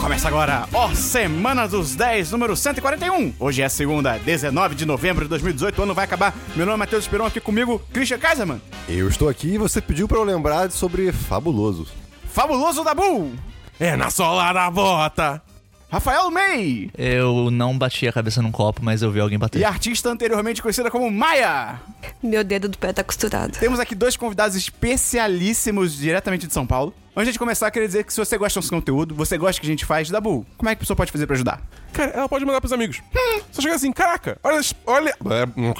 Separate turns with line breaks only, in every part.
Começa agora, ó, Semana dos 10, número 141. Hoje é segunda, 19 de novembro de 2018, o ano vai acabar. Meu nome é Matheus Esperon, aqui comigo, Christian Kaiserman.
Eu estou aqui e você pediu pra eu lembrar sobre Fabuloso.
Fabuloso Dabu,
É na sola da bota.
Rafael May
Eu não bati a cabeça num copo, mas eu vi alguém bater.
e a artista anteriormente conhecida como Maia.
Meu dedo do pé tá costurado.
Temos aqui dois convidados especialíssimos diretamente de São Paulo. Antes de começar, queria dizer que se você gosta do nosso conteúdo, você gosta que a gente faz, Dabu, como é que a pessoa pode fazer pra ajudar?
Cara, ela pode mandar pros amigos. Só chega assim, caraca, olha. olha... hum,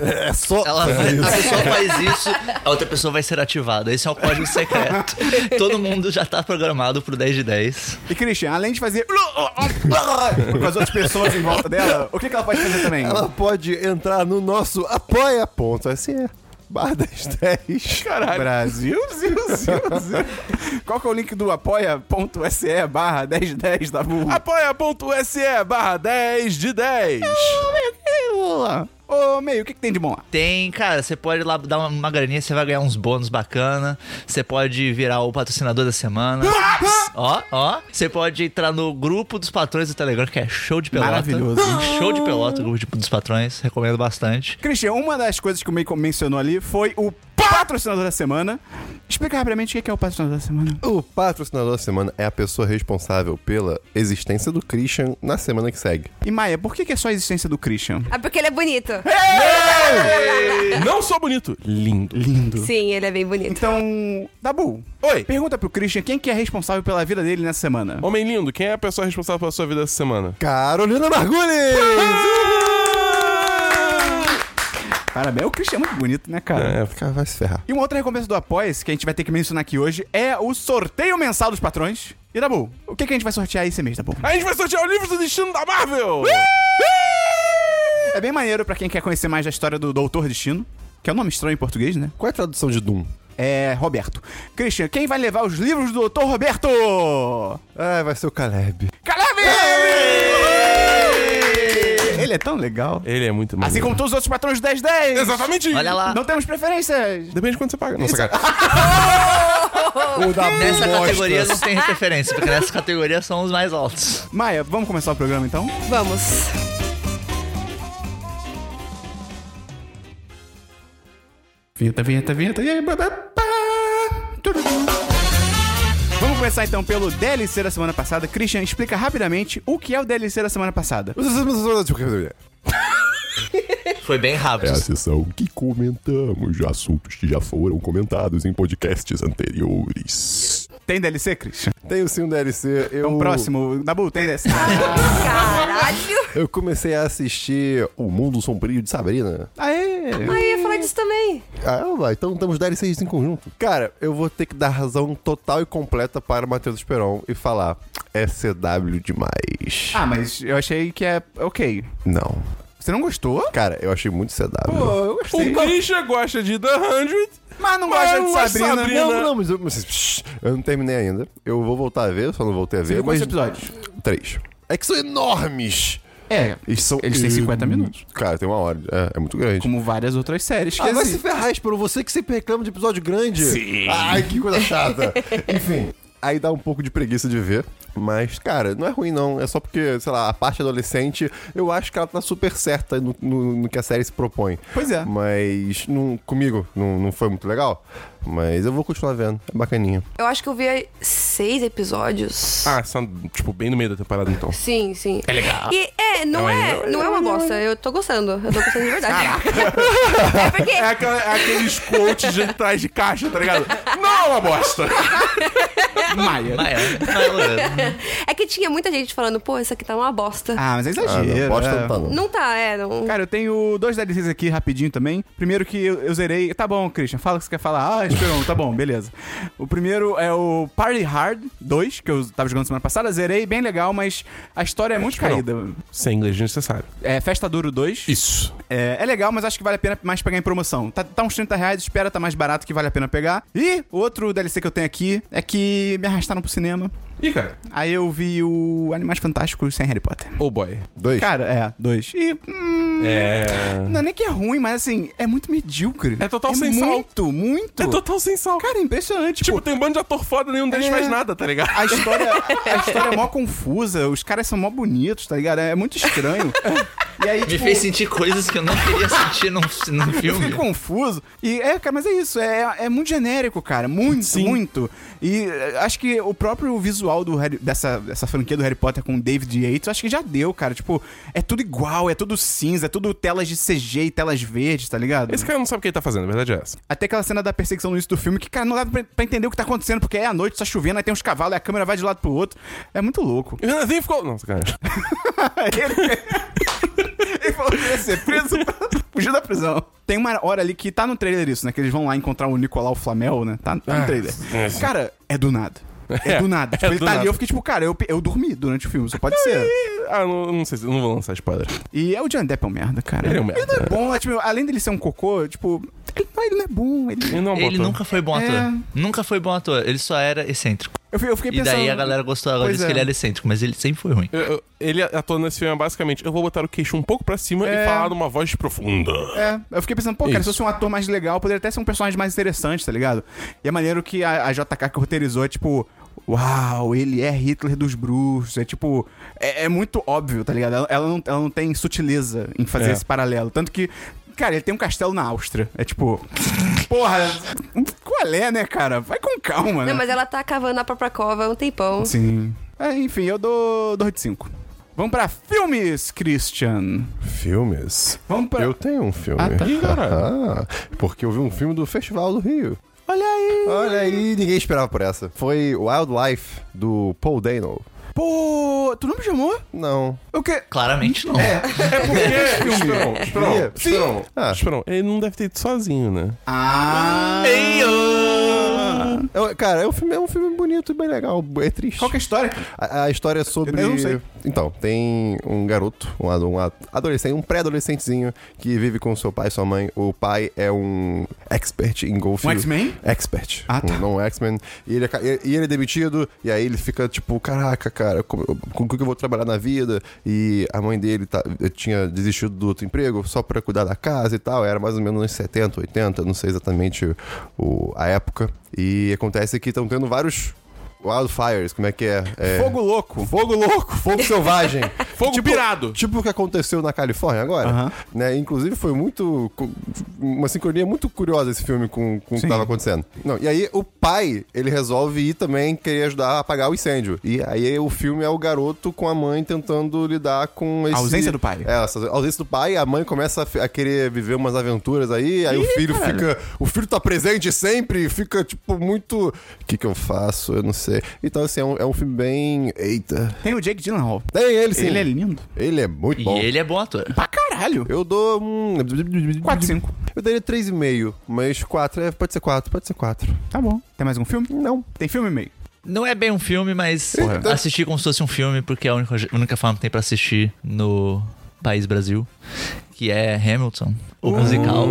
É só.
Ela, a pessoa faz isso, a outra pessoa vai ser ativada. Esse é o código secreto. Todo mundo já tá programado pro 10 de 10.
E Christian, além de fazer com as outras pessoas em volta dela, o que, que ela pode fazer também?
Ela pode entrar no nosso apoia.se barra das 10.
Caralho. Brasil, Zil, Zil, Zil. Qual que é o link do apoia.se barra 1010 da Bu?
Ah, Apoia.se barra 10 de 10.
Ô, meio, o que, que tem de bom lá?
Tem, cara, você pode ir lá dar uma, uma graninha, você vai ganhar uns bônus bacana. Você pode virar o patrocinador da semana. Ó, ó. Você pode entrar no grupo dos patrões do Telegram, que é show de pelota.
Maravilhoso.
Show de pelota, o grupo de- dos patrões. Recomendo bastante.
Christian, uma das coisas que o meio mencionou ali foi o patrocinador da semana. Explica rapidamente o que que é o patrocinador da semana.
O patrocinador da semana é a pessoa responsável pela existência do Christian na semana que segue.
E Maia, por que, que é só a existência do Christian?
Ah, porque ele é bonito.
Não só bonito, lindo.
Lindo.
Sim, ele é bem bonito.
Então, Dabu,
Oi.
pergunta pro Christian quem que é responsável pela vida dele nessa semana.
Homem lindo, quem é a pessoa responsável pela sua vida essa semana?
Carolina Margulis!
Parabéns, o Christian é muito bonito, né, cara?
É, cara, vai se ferrar.
E uma outra recompensa do Apoia-se que a gente vai ter que mencionar aqui hoje é o sorteio mensal dos patrões. E Dabu, o que, que a gente vai sortear esse mês, Dabu?
A gente vai sortear o livro do destino da Marvel.
É bem maneiro pra quem quer conhecer mais da história do Doutor Destino, que é um nome estranho em português, né?
Qual é a tradução de Doom?
É Roberto. Christian, quem vai levar os livros do Doutor Roberto?
Ah, vai ser o Caleb.
Caleb! Ele é tão legal.
Ele é muito
Assim como todos os outros patrões do 1010.
Exatamente.
Olha lá.
Não temos preferências.
Depende de quanto você paga. Nossa, cara.
O da
Nessa categoria não tem referência, porque nessa categoria são os mais altos.
Maia, vamos começar o programa então?
Vamos.
Vinheta, vinheta, vinheta. E aí, blá, blá, pá. Tudo bom. Vamos começar então pelo DLC da semana passada. Christian, explica rapidamente o que é o DLC da semana passada.
Foi bem
É,
rápido.
assim.
sessão que comentamos assuntos que já foram comentados em podcasts anteriores.
Tem DLC, Christian?
Tenho sim um DLC. Eu,
Então, próximo. Dabu, tem DLC.
Caralho.
Eu comecei a assistir O Mundo Sombrio de Sabrina.
Aê!
Ah, eu ia falar disso também.
Ah, vai, então estamos DLCs em conjunto. Cara, eu vou ter que dar razão total e completa para o Matheus Esperon e falar: é CW demais.
Ah, mas eu achei que é ok.
Não.
Você não gostou?
Cara, eu achei muito CW.
eu
O Christian gosta de The 100.
Mas não
Mas
gosta
não
de
gosto de
Sabrina.
Sabrina.
não, não, mas eu, mas- shh, eu não terminei ainda. Eu vou voltar a ver, só não voltei a
Você
ver.
viu quantos
Mas
episódios?
três. É que são enormes.
É,
Eles, são
Eles têm 50
enormes.
minutos.
Cara, tem uma hora. É, é muito grande.
como várias outras séries. Que é assim.
Ah, vai
exi-
se ferrar, Espero. Você que sempre reclama de episódio grande. Sim. Ai, que coisa chata. Enfim. Aí dá um pouco de preguiça de ver. Mas, cara, não é ruim, não. É só porque, sei lá, a parte adolescente, eu acho que ela tá super certa no, no- no que a série se propõe.
Pois é.
Mas, não, comigo, não, não foi muito legal. Mas eu vou continuar vendo. É bacaninha.
Eu acho que eu vi seis episódios.
Ah, são, tipo, bem no meio da temporada, então.
Sim, sim. É legal. E é, não é, não é uma bosta. Eu tô gostando. Eu tô gostando de verdade. é porque
É, aquela- é aqueles coaches de trás de caixa, tá ligado? Não é uma bosta.
Maia.
Vai, vai, Lorena.
é que tinha muita gente falando, pô, isso aqui tá uma bosta.
Ah, mas é
Ah,
exagero.
não, bosta
é.
não tá, não.
Não tá, é, não.
Cara, eu tenho dois DLCs aqui rapidinho também. Primeiro que eu, eu zerei. Tá bom, Christian, fala o que você quer falar. Ah, Esperon, tá bom, beleza. O primeiro é o Party Hard 2, que eu tava jogando semana passada. Zerei, bem legal, mas a história é muito
Esperon.
caída.
Sem inglês necessário.
É Festa Duro 2.
Isso.
É, é legal, mas acho que vale a pena mais pegar em promoção. Tá, tá uns 30 reais, espera, tá mais barato que vale a pena pegar. E outro DLC que eu tenho aqui é que me arrastaram pro cinema.
Ih, cara.
Aí eu vi o Animais Fantásticos sem Harry Potter.
Oh boy.
Dois.
Cara, é, dois. E. Hum, Não é nem que é ruim, mas assim, é muito medíocre.
É total
é
sem sal.
Muito, muito.
É total sem sal.
Cara, é impressionante.
tipo,
Tipo,
tem um bando de ator foda, nenhum deles
É.
faz nada, tá ligado?
a história, a história é mó confusa, os caras são mó bonitos, tá ligado? É muito estranho. E aí,
Me
tipo,
fez sentir coisas que eu não queria sentir num, num
eu
filme.
fiquei confuso. E é, cara, mas é isso. É, é muito genérico, cara. Muito, muito. E é, acho que o próprio visual do Harry- dessa, dessa franquia do Harry Potter com o David Yates, eu acho que já deu, cara. Tipo, é tudo igual, é tudo cinza, é tudo telas de CG e telas verdes, tá ligado?
Esse cara não sabe o que ele tá fazendo, a verdade é essa.
Até aquela cena da perseguição no início do filme que, cara, não dá pra, pra entender o que tá acontecendo, porque é à noite, tá chovendo, aí tem uns cavalos, aí a câmera vai de lado pro outro. É muito louco.
E o Renanzinho ficou. Nossa, cara.
ele, ele falou que ia ser preso pra fugir da prisão. Tem uma hora ali que tá no trailer isso, né? Que eles vão lá encontrar o Nicolau Flamel, né? Tá, tá no trailer.
é, sim.
Cara, é do nada. É,
É,
do nada. Tipo,
é
ele
do
tá ali,
nada.
eu fiquei tipo, cara, eu, eu dormi durante o filme, só pode ser.
Ah, não, não sei se. Não vou lançar spoiler.
E é o John Depp é um merda, cara.
Ele é um merda.
não é bom, é, tipo, além dele ser um cocô, tipo, ele, ele não é bom. ele-
Ele não é um bom
Ele
ator.
nunca foi bom ator.
É.
Nunca foi bom ator. Ele só era excêntrico.
Eu, fi- eu fiquei
E
pensando.
daí a galera gostou agora
Pois
disse
é.
que ele era excêntrico, mas ele sempre foi ruim.
Eu- eu- ele atua nesse filme é basicamente: eu vou botar o queixo um pouco pra cima
É.
e falar numa voz profunda.
É, eu fiquei pensando, pô, cara,
Isso.
se fosse um ator mais legal, poderia até ser um personagem mais interessante, tá ligado? E a maneira que a, a JK que roteirizou é tipo. Uau, ele é Hitler dos bruxos. É tipo. É, é muito óbvio, tá ligado? Ela, ela não, ela não tem sutileza em fazer
É.
esse paralelo. Tanto que. Cara, ele tem um castelo na Áustria. É tipo. Porra, qual é, né, cara? Vai com calma, né?
Não, mas ela tá cavando a própria cova há um tempão.
Sim. É, enfim, eu dou 2 de 5. Vamos pra filmes, Christian.
Filmes.
Vamos pra.
Eu tenho um filme.
Ah, tá.
Ih, caralho.
Ah, porque eu vi um filme do Festival do Rio.
Olha aí!
Olha aí, ninguém esperava por essa. Foi Wildlife, do Paul Dano.
Pô, tu não me chamou?
Não.
O quê?
Claramente não.
É.
É
Porque. Esperão,
Ih,
Esperão, Esperão.
Ah,
Esperão, ele Tipo, não deve ter ido sozinho, né?
Ah!
é um- cara, é um, filme, é um filme bonito e bem legal. É triste.
Qual que é a história?
A, a história é sobre.
Eu não sei.
Então, tem um garoto, um, ad- um ad- adolescente, um pré-adolescentezinho que vive com seu pai e sua mãe. O pai é um expert em golfe.
Um X-Men?
Expert.
Ah, tá.
Um, não um X-Men. E ele, aca- e- e ele é demitido, e aí ele fica tipo: caraca, cara, como- com o que eu vou trabalhar na vida? E a mãe dele tá- tinha desistido do outro emprego só pra cuidar da casa e tal. Era mais ou menos nos 70, 80, não sei exatamente o- a época. E acontece que estão tendo vários. Wildfires, como é que é? É-
Fogo louco.
Fogo louco, fogo selvagem.
Fogo pirado.
Tipo o que aconteceu na Califórnia agora.
Aham.
Né? Inclusive foi muito. co- Uma sincronia muito curiosa esse filme com, com o que
Sim.
estava acontecendo. Não, e aí o pai, ele resolve ir também querer ajudar a apagar o incêndio. E aí o filme é o garoto com a mãe tentando lidar com esse.
ausência do pai.
É, essa ausência do pai, a mãe começa a, fi- a querer viver umas aventuras aí, aí o filho fica. O filho tá presente sempre, fica, tipo, muito. O que que eu faço? Eu não sei. Então, assim, é um, é um filme bem. Eita.
Tem o Jake Gyllenhaal.
Tem ele, sim.
Ele é lindo.
Ele é muito
E
bom.
ele é bom ator.
Pra caralho.
Eu dou um.
4, 5.
Eu daria 3,5, mas 4 é, pode ser 4, pode ser 4.
Tá bom. Tem mais algum filme?
Não.
Tem filme e meio.
Não é bem um filme, mas
Porra.
assistir como se fosse um filme, porque é a única, a única forma que tem pra assistir no país Brasil, que é Hamilton, o
Uh.
musical.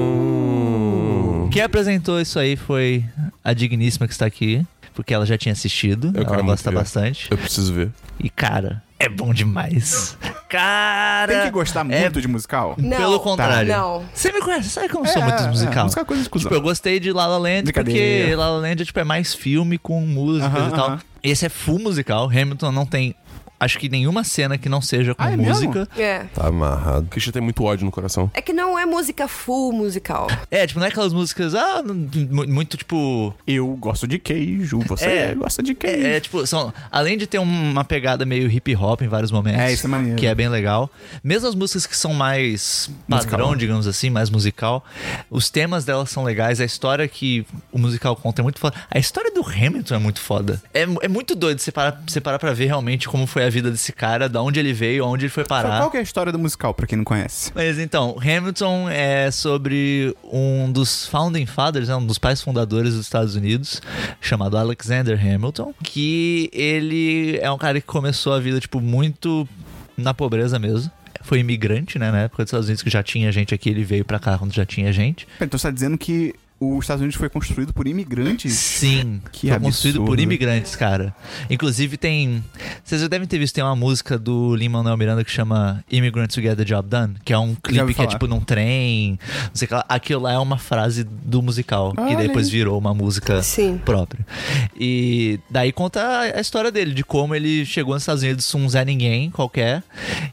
Quem apresentou isso aí foi a digníssima que está aqui, porque ela já tinha assistido,
Eu
ela
quero muito
gosta
ver.
bastante.
Eu preciso ver.
E cara, é bom demais. Cara!
Tem que gostar
é
muito de musical.
Não. Tá.
Pelo contrário.
Não.
Você me conhece, sabe que eu não sou muito musical?
musical é coisa de cuzão.
Tipo, eu gostei de La La Land porque
Brincadeira.
La La Land tipo, é mais filme com músicas
Aham,
e tal.
aham.
Esse é full musical. Hamilton não tem, acho que nenhuma cena que não seja com
Ah, é
música.
É.
Tá amarrado.
O Christian tem muito ódio no coração.
É que não é música full musical.
É, tipo, não é aquelas músicas, ah, não- mu- muito tipo.
Eu gosto de queijo, você
É.
gosta de queijo.
É, é, tipo, são, além de ter um, uma pegada meio hip hop em vários momentos,
É, isso é maneiro.
que é bem legal. Mesmo as músicas que são mais padrão,
Musical.
digamos assim, mais musical, os temas delas são legais, a história que o musical conta é muito foda. A história do Hamilton é muito foda. É, mu- é muito doido você parar, você parar pra ver realmente como foi a vida desse cara, da onde ele veio, aonde ele foi parar.
Qual que é a história do musical, pra quem não conhece?
Mas então, Hamilton é sobre um dos founding fathers, né, um dos pais fundadores dos Estados Unidos, chamado Alexander Hamilton, que ele é um cara que começou a vida, tipo, muito na pobreza mesmo. Foi imigrante, né, na época dos Estados Unidos, que já tinha gente aqui, ele veio pra cá quando já tinha gente.
Então você tá dizendo que os Estados Unidos foi construído por imigrantes.
Sim,
Que
foi construído por
absurdo. né?
imigrantes, cara. Inclusive tem, vocês já devem ter visto tem uma música do Lin-Manuel Miranda que chama Immigrants to Get the Job Done, que é um
ouvi
clipe que é
falar.
tipo num trem, não sei o que lá. Aquilo lá é uma frase do musical que
Olha
depois
aí.
virou uma música
Sim.
própria. E daí conta a história dele de como ele chegou nos Estados Unidos um Zé ninguém qualquer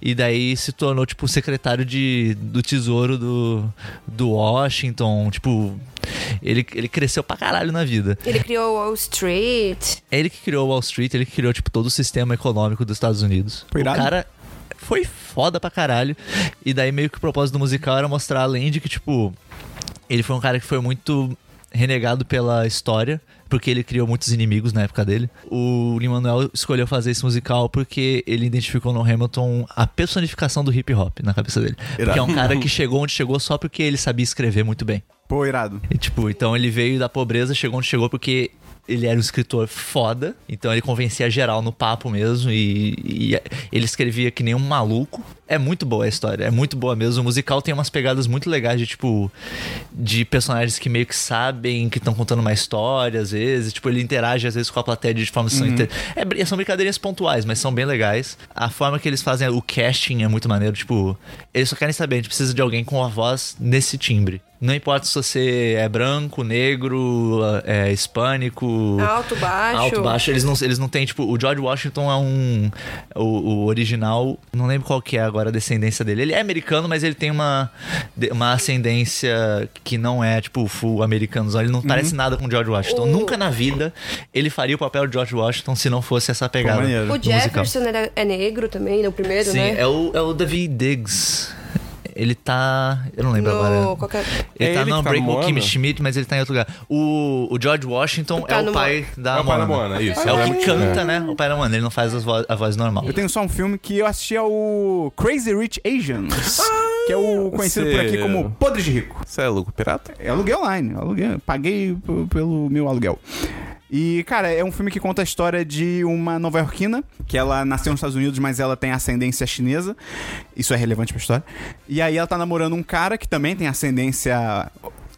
e daí se tornou tipo secretário de, do Tesouro do, do Washington, tipo ele, ele cresceu pra caralho na vida.
Ele criou Wall Street.
É ele que criou Wall Street, ele que criou, tipo, todo o sistema econômico dos Estados Unidos.
Foi irado.
O cara foi foda pra caralho. E daí meio que o propósito do musical era mostrar, além de que, tipo, ele foi um cara que foi muito renegado pela história, porque ele criou muitos inimigos na época dele. O Lin-Manuel escolheu fazer esse musical porque ele identificou no Hamilton a personificação do hip hop na cabeça dele. Porque é um cara que chegou onde chegou só porque ele sabia escrever muito bem.
Pô, irado.
E, tipo, então ele veio da pobreza, chegou onde chegou porque ele era um escritor foda, então ele convencia geral no papo mesmo e, e ele escrevia que nem um maluco. É muito boa a história, é muito boa mesmo. O musical tem umas pegadas muito legais de tipo de personagens que meio que sabem que estão contando uma história às vezes, tipo ele interage às vezes com a plateia de forma uhum. inter... é, br- são brincadeirinhas pontuais, mas são bem legais. A forma que eles fazem o casting é muito maneiro, tipo, eles só querem saber, a gente precisa de alguém com a voz nesse timbre. Não importa se você é branco, negro, é, hispânico.
Alto, baixo.
Tipo, Alto, baixo. Eles não, eles não têm, tipo, o George Washington é um. O, o original, não lembro qual que é agora a descendência dele. Ele é americano, mas ele tem uma, de- uma ascendência que não é, tipo, full americano. Ele não parece nada com o George Washington.
Uhum. O-
Nunca na vida ele faria o papel de George Washington se não fosse essa pegada.
maneiro.
O
do né, musical.
Jefferson era, é negro também, no primeiro,
Sim,
né?
é o, é o David Diggs. Ele tá. Eu não lembro
No,
agora.
qualquer...
Ele
É
tá
ele
no
que tá
Unbreakable
no
Kimmy
Moana?
Schmidt, mas ele tá em outro lugar. O, o George Washington
Tá
é o
no
pai da
É o pai da
Moana.
Moana, isso.
É
Eu
o
lembro
que
que-
canta, né? O pai da Moana. Ele não faz as vo- a voz normal.
Eu tenho só um filme que eu assisti ao Crazy Rich Asians, que é o conhecido por aqui
você-
como Podre de Rico.
Ah, Você é louco, pirata?
É aluguel online, aluguel. Paguei p- pelo meu aluguel. E, cara, é um filme que conta a história de uma nova-iorquina, que ela nasceu nos Estados Unidos, mas ela tem ascendência chinesa. Isso é relevante pra história. E aí ela tá namorando um cara que também tem ascendência.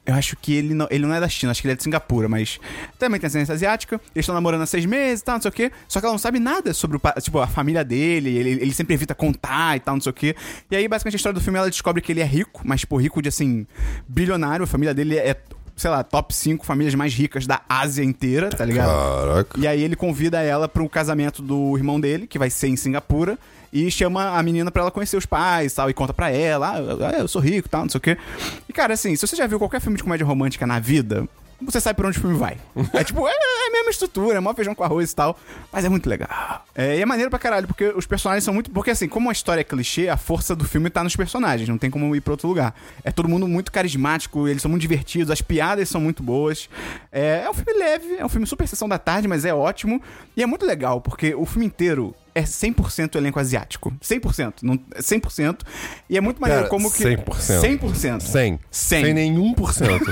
Eu acho que ele não, ele não é da China, acho que ele é de Singapura, mas também tem ascendência asiática. Eles estão namorando há seis meses e tal, não sei o quê. Só que ela não sabe nada sobre o, pa- tipo, a família dele, ele, ele sempre evita contar e tal, não sei o quê. E aí, basicamente, a história do filme ela descobre que ele é rico, mas, tipo, rico de assim, bilionário. A família dele é, sei lá, top 5 famílias mais ricas da Ásia inteira, tá ligado?
Caraca.
E aí ele convida ela pro casamento do irmão dele, que vai ser em Singapura, e chama a menina pra ela conhecer os pais e tal, e conta pra ela, ah, eu sou rico e tal, não sei o quê. E cara, assim, se você já viu qualquer filme de comédia romântica na vida, você sabe pra onde o filme vai. É tipo, é, é a mesma estrutura, é mó feijão com arroz e tal, mas é muito legal. É, e é maneiro pra caralho, porque os personagens são muito... Porque assim, como a história é clichê, a força do filme tá nos personagens, não tem como ir pra outro lugar. É todo mundo muito carismático, eles são muito divertidos, as piadas são muito boas. É, é um filme leve, é um filme super sessão da tarde, mas é ótimo. E é muito legal, porque o filme inteiro é 100% elenco asiático. 100%. Não, é 100%. E é muito maneiro
Cara,
como que...
100%.
100%.
100.
Cem.
Sem nenhum por cento.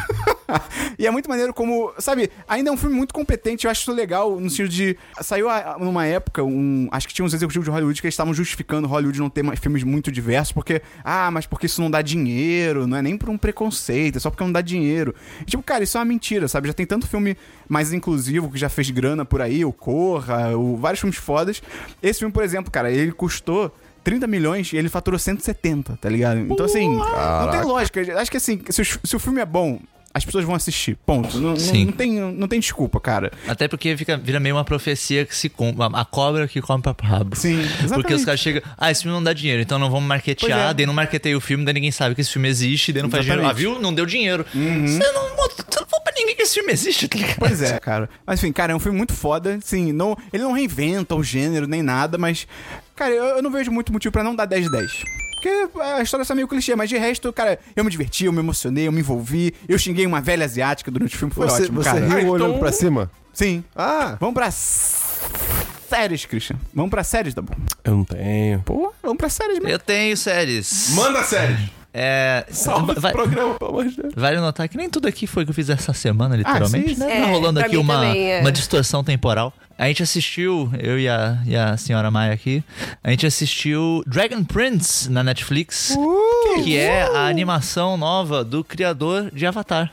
E é muito maneiro como, sabe, ainda é um filme muito competente, eu acho isso legal, no sentido de. Saiu a- numa época, um. Acho que tinha uns executivos de Hollywood que eles estavam justificando Hollywood não ter mais filmes muito diversos, porque. Ah, mas porque isso não dá dinheiro, não é nem por um preconceito, é só porque não dá dinheiro. E, tipo, cara, isso é uma mentira, sabe? Já tem tanto filme mais inclusivo que já fez grana por aí, o Corra, o, vários filmes fodas. Esse filme, por exemplo, cara, ele custou. 30 milhões e ele faturou 170, tá ligado? Então, assim, não tem lógica. Acho que, assim, se o- se o filme é bom, as pessoas vão assistir. Ponto. Não, não-
Sim.
não tem, não tem desculpa, cara.
Até porque fica, vira meio uma profecia que se come. A cobra que come papo rabo.
Sim, exatamente.
Porque os caras chegam, ah, esse filme não dá dinheiro, então não vamos marketear,
Pois é.
daí não marquetei o filme, daí ninguém sabe que esse filme existe, daí não faz dinheiro. Ah,
Exatamente.
viu? Não deu dinheiro. Você não, você não falou pra ninguém que esse filme existe, tá ligado?
Pois é, cara. Mas enfim, cara, é um filme muito foda. Assim, não, ele não reinventa o gênero nem nada, mas. Cara, eu, eu não vejo muito motivo pra não dar 10 de 10. Porque a história só é meio clichê, mas de resto, cara, eu me diverti, eu me emocionei, eu me envolvi, eu xinguei uma velha asiática durante o filme, foi
Você,
ótimo,
você
cara.
riu
Ah, então-
olhando pra cima?
Sim.
Ah!
Vamos pra s- séries, Christian. Vamos pra séries, tá bom?
Eu não tenho.
Pô, vamos pra séries, mano.
Eu tenho séries.
Manda séries.
É.
Salva esse
vai-
programa, pelo amor de Deus. Ah,
Vale notar que nem tudo aqui foi o que eu fiz essa semana, literalmente.
sim,
né?
sim.
tá
É,
rolando
pra
aqui
mim
uma,
também, é.
uma distorção temporal. A gente assistiu, eu e a, e a senhora Maia aqui, a gente assistiu Dragon Prince na Netflix.
Uh,
que é a animação nova do criador de Avatar.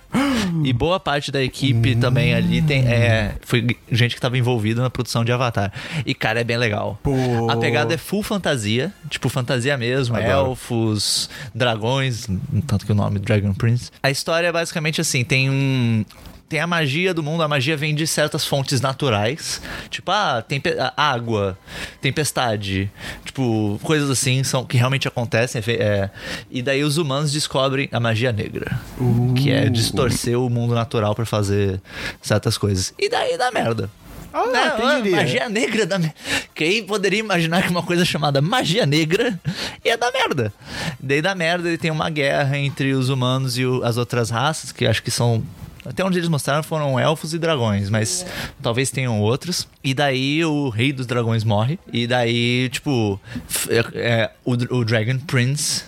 E boa parte da equipe também ali tem é, foi gente que estava envolvida na produção de Avatar. E cara, é bem legal.
Pô.
A pegada é full fantasia, tipo fantasia mesmo, elfos, dragões, tanto que o nome Dragon Prince. A história é basicamente assim, tem um tem a magia do mundo, a magia vem de certas fontes naturais, tipo ah, tempe ah, água, tempestade, tipo coisas assim são que realmente acontecem. é fe- é. e daí os humanos descobrem a magia negra, que é distorcer o mundo natural pra fazer certas coisas. E daí dá merda.
É,
Né?
quem
Ah,
diria?
magia negra da me- Quem poderia imaginar que uma coisa chamada magia negra ia dar merda? Daí da merda ele tem uma guerra entre os humanos e o- as outras raças, que acho que são. Até onde eles mostraram foram elfos e dragões, mas talvez tenham outros. E daí o rei dos dragões morre. E daí, tipo, f- é- é, o, dr- o Dragon Prince,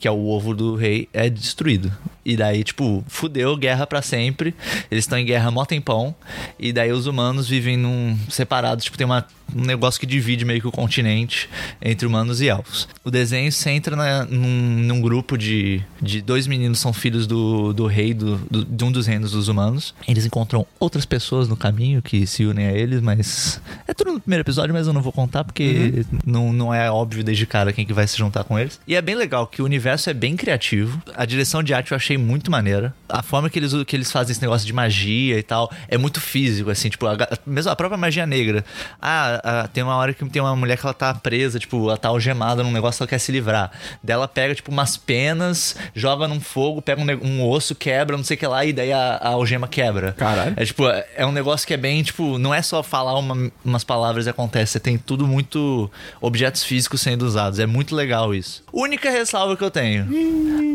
que é o ovo do rei, é destruído. E daí, tipo, fudeu, guerra pra sempre. Eles estão em guerra mó tempão. E daí os humanos vivem num. separados. Tipo, tem uma- um negócio que divide meio que o continente entre humanos e elfos. O desenho centra na- num, num grupo de, de dois meninos são filhos do, do rei do, do- de um dos reinos dos humanos. Eles encontram outras pessoas no caminho que se unem a eles, mas. É tudo no primeiro episódio, mas eu não vou contar porque não, não é óbvio desde cara quem que vai se juntar com eles. E é bem legal que o universo é bem criativo. A direção de arte eu achei muito maneira. A forma que eles, que eles fazem esse negócio de magia e tal é muito físico, assim, tipo, a, ga- mesmo a própria magia negra. Ah, ah, tem uma hora que tem uma mulher que ela tá presa, tipo, ela tá algemada num negócio que ela quer se livrar. Daí ela pega, tipo, umas penas, joga num fogo, pega um, ne- um osso, quebra, não sei o que lá, e daí a, a algema quebra.
Caralho.
É tipo, é um negócio que é bem, tipo, não é só falar uma- umas palavras e acontece. Você tem tudo muito objetos físicos sendo usados. É muito legal isso. Única ressalva que eu tenho.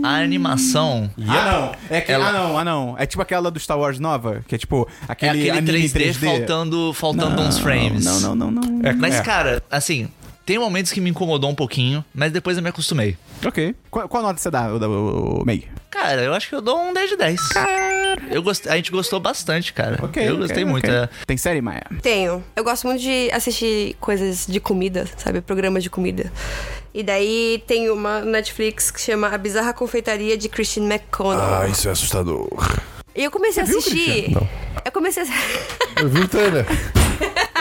A animação.
Ah, não. É que,
Ela-
Ah, não, ah, não. É tipo aquela do Star Wars nova, que é tipo
É
aquele,
aquele
anime
3D,
3D.
faltando, É. faltando uns frames.
Não, não, não, não. não.
É.
Mas, cara, assim, tem momentos que me incomodou um pouquinho, mas depois eu me acostumei.
Ok. Qual, qual nota você dá, o, o, o May?
Cara, eu acho que eu dou um 10 de 10. Eu gost... A gente gostou bastante, cara.
Ok.
eu gostei
ok,
muito.
ok.
é.
Tem série, Maia?
Tenho. Eu gosto muito de assistir coisas de comida, sabe? Programas de comida. E daí tem uma no Netflix que chama A Bizarra Confeitaria de Christine McConnell.
Ah, isso é assustador.
E eu comecei a assistir.
Não.
Eu comecei a...
Eu vi o trailer.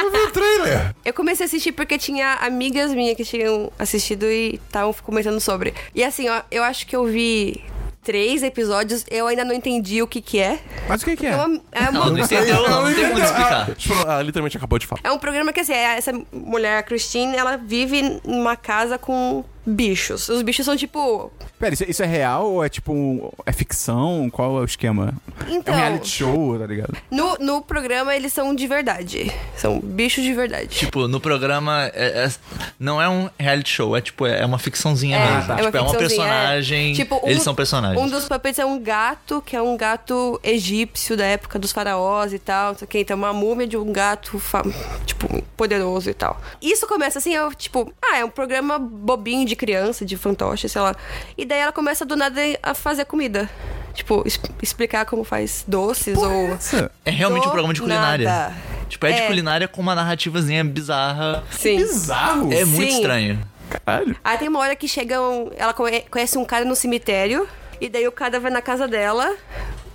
Eu vi o trailer.
eu comecei a assistir porque tinha amigas minhas que tinham assistido e estavam comentando sobre. E assim, ó, eu acho que eu vi três episódios, eu ainda não entendi o que que é.
Mas o que, que é?
É uma- é uma-
Não, não entendeu, não, não tem como explicar.
Tipo, ah,
Ela literalmente acabou de falar.
É um programa que, assim, é- essa mulher, a Christine, ela vive numa casa com bichos. Os bichos são tipo.
Pera, isso, isso é real ou é tipo. um- É ficção? Qual é o esquema? É
Então.
um reality show, tá ligado?
no, no programa eles são de verdade. São bichos de verdade.
Tipo, no programa, é- é- não é um reality show, é tipo, é uma ficçãozinha mesmo. tipo, é uma
ficçãozinha, é.
personagem.
Tipo, um-
eles são personagens.
Um dos papéis é um gato, que é um gato egípcio da época dos faraós e tal, não sei o que. Então, uma múmia de um gato, fa- tipo, poderoso e tal. Isso começa assim, eu, tipo, ah, é um programa bobinho de criança, de fantoche, sei lá. E daí ela começa do nada a fazer comida. Tipo, es- explicar como faz doces ou.
É realmente
Do
um programa de culinária.
nada.
Tipo, é, de
É.
culinária com uma narrativazinha bizarra.
Sim.
Bizarro!
É muito
Sim.
estranho.
Caralho.
Aí tem uma hora que chega um, ela conhe- conhece um cara no cemitério e daí o cara vai na casa dela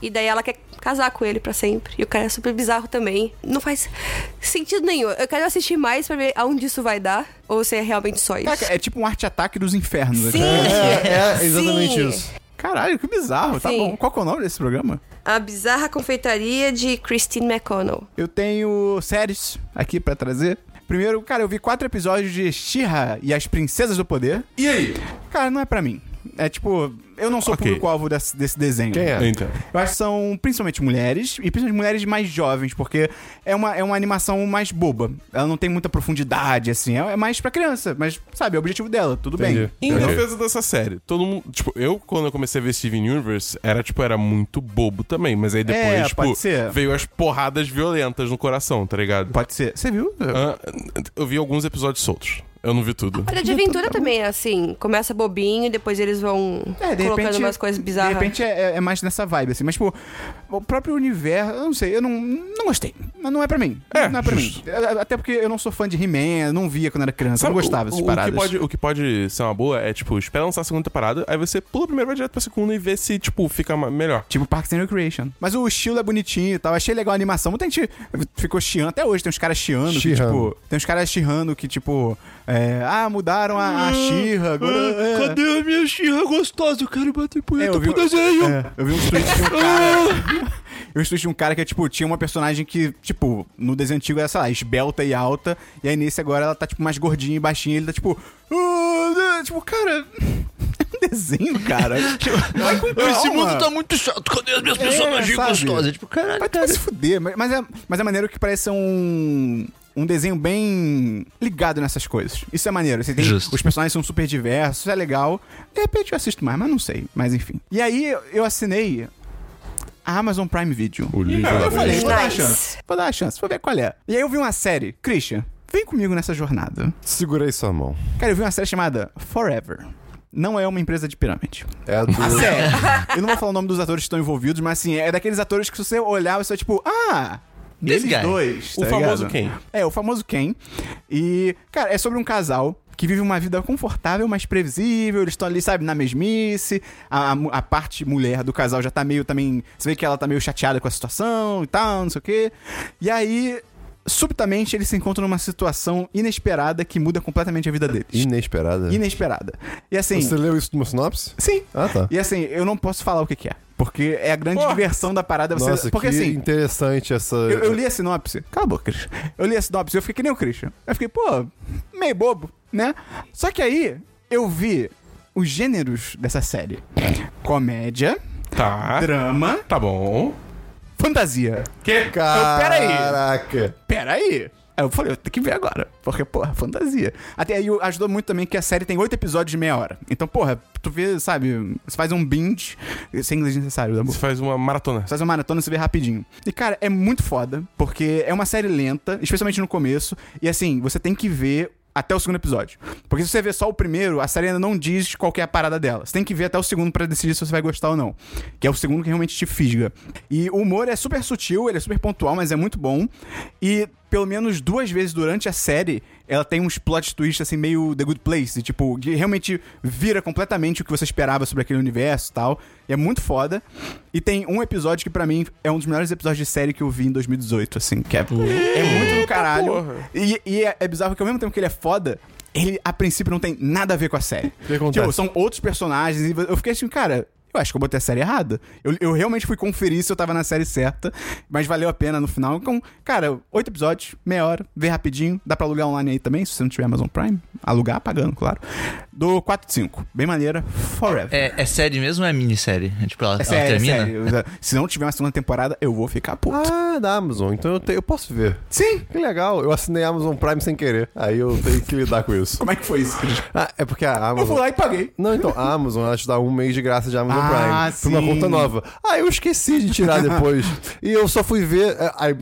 e daí ela quer casar com ele pra sempre. E o cara é super bizarro também. Não faz sentido nenhum. Eu quero assistir mais pra ver aonde isso vai dar ou se é realmente só isso.
Caraca, é tipo um arte-ataque dos infernos. né?
Sim.
É, é exatamente
Sim.
isso.
Caralho, que bizarro. Tá
Sim.
bom. Qual que é o nome desse programa?
A bizarra confeitaria de Christine McConnell.
Eu tenho séries aqui pra trazer. Primeiro, cara, eu vi quatro episódios de She-Ra e as Princesas do Poder.
E aí?
Cara, não é pra mim. É tipo, eu não sou
Ok.
público-alvo desse, desse desenho.
Quem é?
Então.
Eu acho que são principalmente mulheres, e principalmente mulheres mais jovens, porque é uma, é uma animação mais boba. Ela não tem muita profundidade, assim. É, é mais pra criança, mas, sabe, é o objetivo dela, tudo bem.
Em
Ok.
defesa dessa série, todo mundo. Tipo, eu, quando eu comecei a ver Steven Universe, era, tipo, era muito bobo também. Mas aí depois,
É,
tipo,
pode ser.
veio as porradas violentas no coração, tá ligado?
Pode ser. Ah, Você viu?
Ah, eu vi alguns episódios soltos. Eu não vi tudo.
Olha, de aventura também é assim. Começa
É,
É,
bobinho, depois eles vão colocando umas coisas bizarras.
De repente é, é- é mais nessa vibe, assim. Mas, tipo, o próprio universo, eu não sei, eu não, não gostei. Não não é pra mim. não é pra mim. É, Até porque eu não sou fã de He-Man, eu não via quando era criança, eu não
Sabe,
gostava
o-
dessas
o,
paradas.
que pode, o que pode ser uma boa é, tipo, espera lançar a segunda temporada, aí você pula primeiro, vai direto pra segunda e vê se, tipo, fica ma- melhor.
Tipo Parks and Recreation. Mas o estilo é bonitinho e tal. Achei legal a animação. Muita gente ficou chiando. Até hoje tem uns caras chiando que,
Chiando.
tipo. Tem uns caras chiando que, tipo. é, ah, mudaram a, a Xirra. Agora. é.
Ah, Cadê a minha xirra gostosa? Eu quero bater
É,
punheta
eu vi,
pro desenho. Ah.
é, eu vi um tweet de um cara. Eu tweet de um cara que, tipo, tinha uma personagem que, tipo, no desenho antigo era, sei lá, esbelta e alta. E aí nesse agora ela tá, tipo, mais gordinha e baixinha. E ele tá, tipo. "Ah", tipo, cara. É um desenho, cara. Tipo, Vai com
Esse
calma.
mundo tá muito chato. Cadê as minhas personagens
sabe?
gostosas? Tipo, caralho,
Vai tomar
cara.
se fuder, mas, mas é, mas é maneiro que parece ser um. Um desenho bem ligado nessas coisas. Isso é maneiro. Você tem,
Justo.
os personagens são super diversos, isso é legal. De repente eu assisto mais, mas não sei. Mas enfim. E aí eu assinei a Amazon Prime Video.
O livro
eu
da
falei,
Nice.
vou dar uma chance. Vou dar uma chance, vou ver qual é. E aí eu vi uma série. Christian, vem comigo nessa jornada.
Segurei sua mão.
Cara, eu vi uma série chamada Forever. Não é uma empresa de pirâmide.
É a do...
A série. eu não vou falar o nome dos atores que estão envolvidos, mas assim, é daqueles atores que se você olhar, você é tipo, ah,
This
eles
guy.
dois.
O
tá
famoso
ligado?
quem?
É, o famoso Ken. E, cara, é sobre um casal que vive uma vida confortável, mas previsível. Eles estão ali, sabe, na mesmice. A, a mu- a parte mulher do casal já tá meio também. Você vê que ela tá meio chateada com a situação e tal, não sei o quê. E aí. Subitamente eles se encontram numa situação inesperada que muda completamente a vida deles.
Inesperada.
Inesperada. E assim.
Você leu isso numa sinopse?
Sim.
Ah, tá.
E assim, eu não posso falar o que, que é. Porque é a grande
Porra.
diversão da parada. Você,
Nossa,
porque
que
assim,
interessante essa...
eu, eu li a sinopse. Cala a boca, Christian. Eu li a sinopse e eu fiquei que nem o Christian. Eu fiquei, pô, meio bobo, né? Só que aí eu vi os gêneros dessa série: comédia,
Tá.
drama,
Tá bom.
fantasia.
Que?
Caraca.
Peraí. Aí eu falei, eu tenho que ver agora. Porque, porra, fantasia. Até aí ajudou muito também que a série tem oito episódios de meia hora. Então, porra, tu vê, sabe, você faz um binge. Sem inglês necessário, tá amor.
Você faz uma maratona.
Você faz uma maratona e você vê rapidinho. E, cara, é muito foda, porque é uma série lenta, especialmente no começo, e assim, você tem que ver até o segundo episódio. Porque se você vê só o primeiro, a série ainda não diz qual que é a parada dela. Você tem que ver até o segundo pra decidir se você vai gostar ou não. Que é o segundo que realmente te fisga. E o humor é super sutil, ele é super pontual, mas é muito bom. E pelo menos duas vezes durante a série, ela tem uns plot twists assim, meio The Good Place, tipo, que realmente vira completamente o que você esperava sobre aquele universo e tal. E é muito foda. E tem um episódio que pra mim é um dos melhores episódios de série que eu vi em 2018, assim, que é, é muito do caralho.
porra.
E, e é, é bizarro que ao mesmo tempo que ele é foda, ele a princípio não tem nada a ver com a série.
que acontece?
Tipo, são outros personagens. E eu fiquei assim, cara. Eu acho que eu botei a série errada. Eu, eu realmente fui conferir se eu tava na série certa, mas valeu a pena no final. Então, cara, oito episódios, meia hora, vê rapidinho. Dá pra alugar online aí também, se você não tiver Amazon Prime. Alugar, pagando, claro. Do 4 de 5. Bem maneira, forever.
É, é série mesmo ou é minissérie? É, tipo, ela, ela
É sério, é
termina?
sério. Se não tiver uma segunda temporada, eu vou ficar puto.
Ah, da Amazon. Então eu, te- eu posso ver.
Sim!
Que legal. Eu assinei a Amazon Prime sem querer. Aí eu tenho que lidar com isso.
Como é que foi isso, Cris?
Ah, é porque a
Eu
Amazon...
fui lá e paguei.
Não, então, a Amazon, ela te dá um mês de graça de
Ah,
Amazon Prime. Pra
sim.
uma conta nova. Ah, eu esqueci de tirar depois. e eu só fui ver. é, Aí,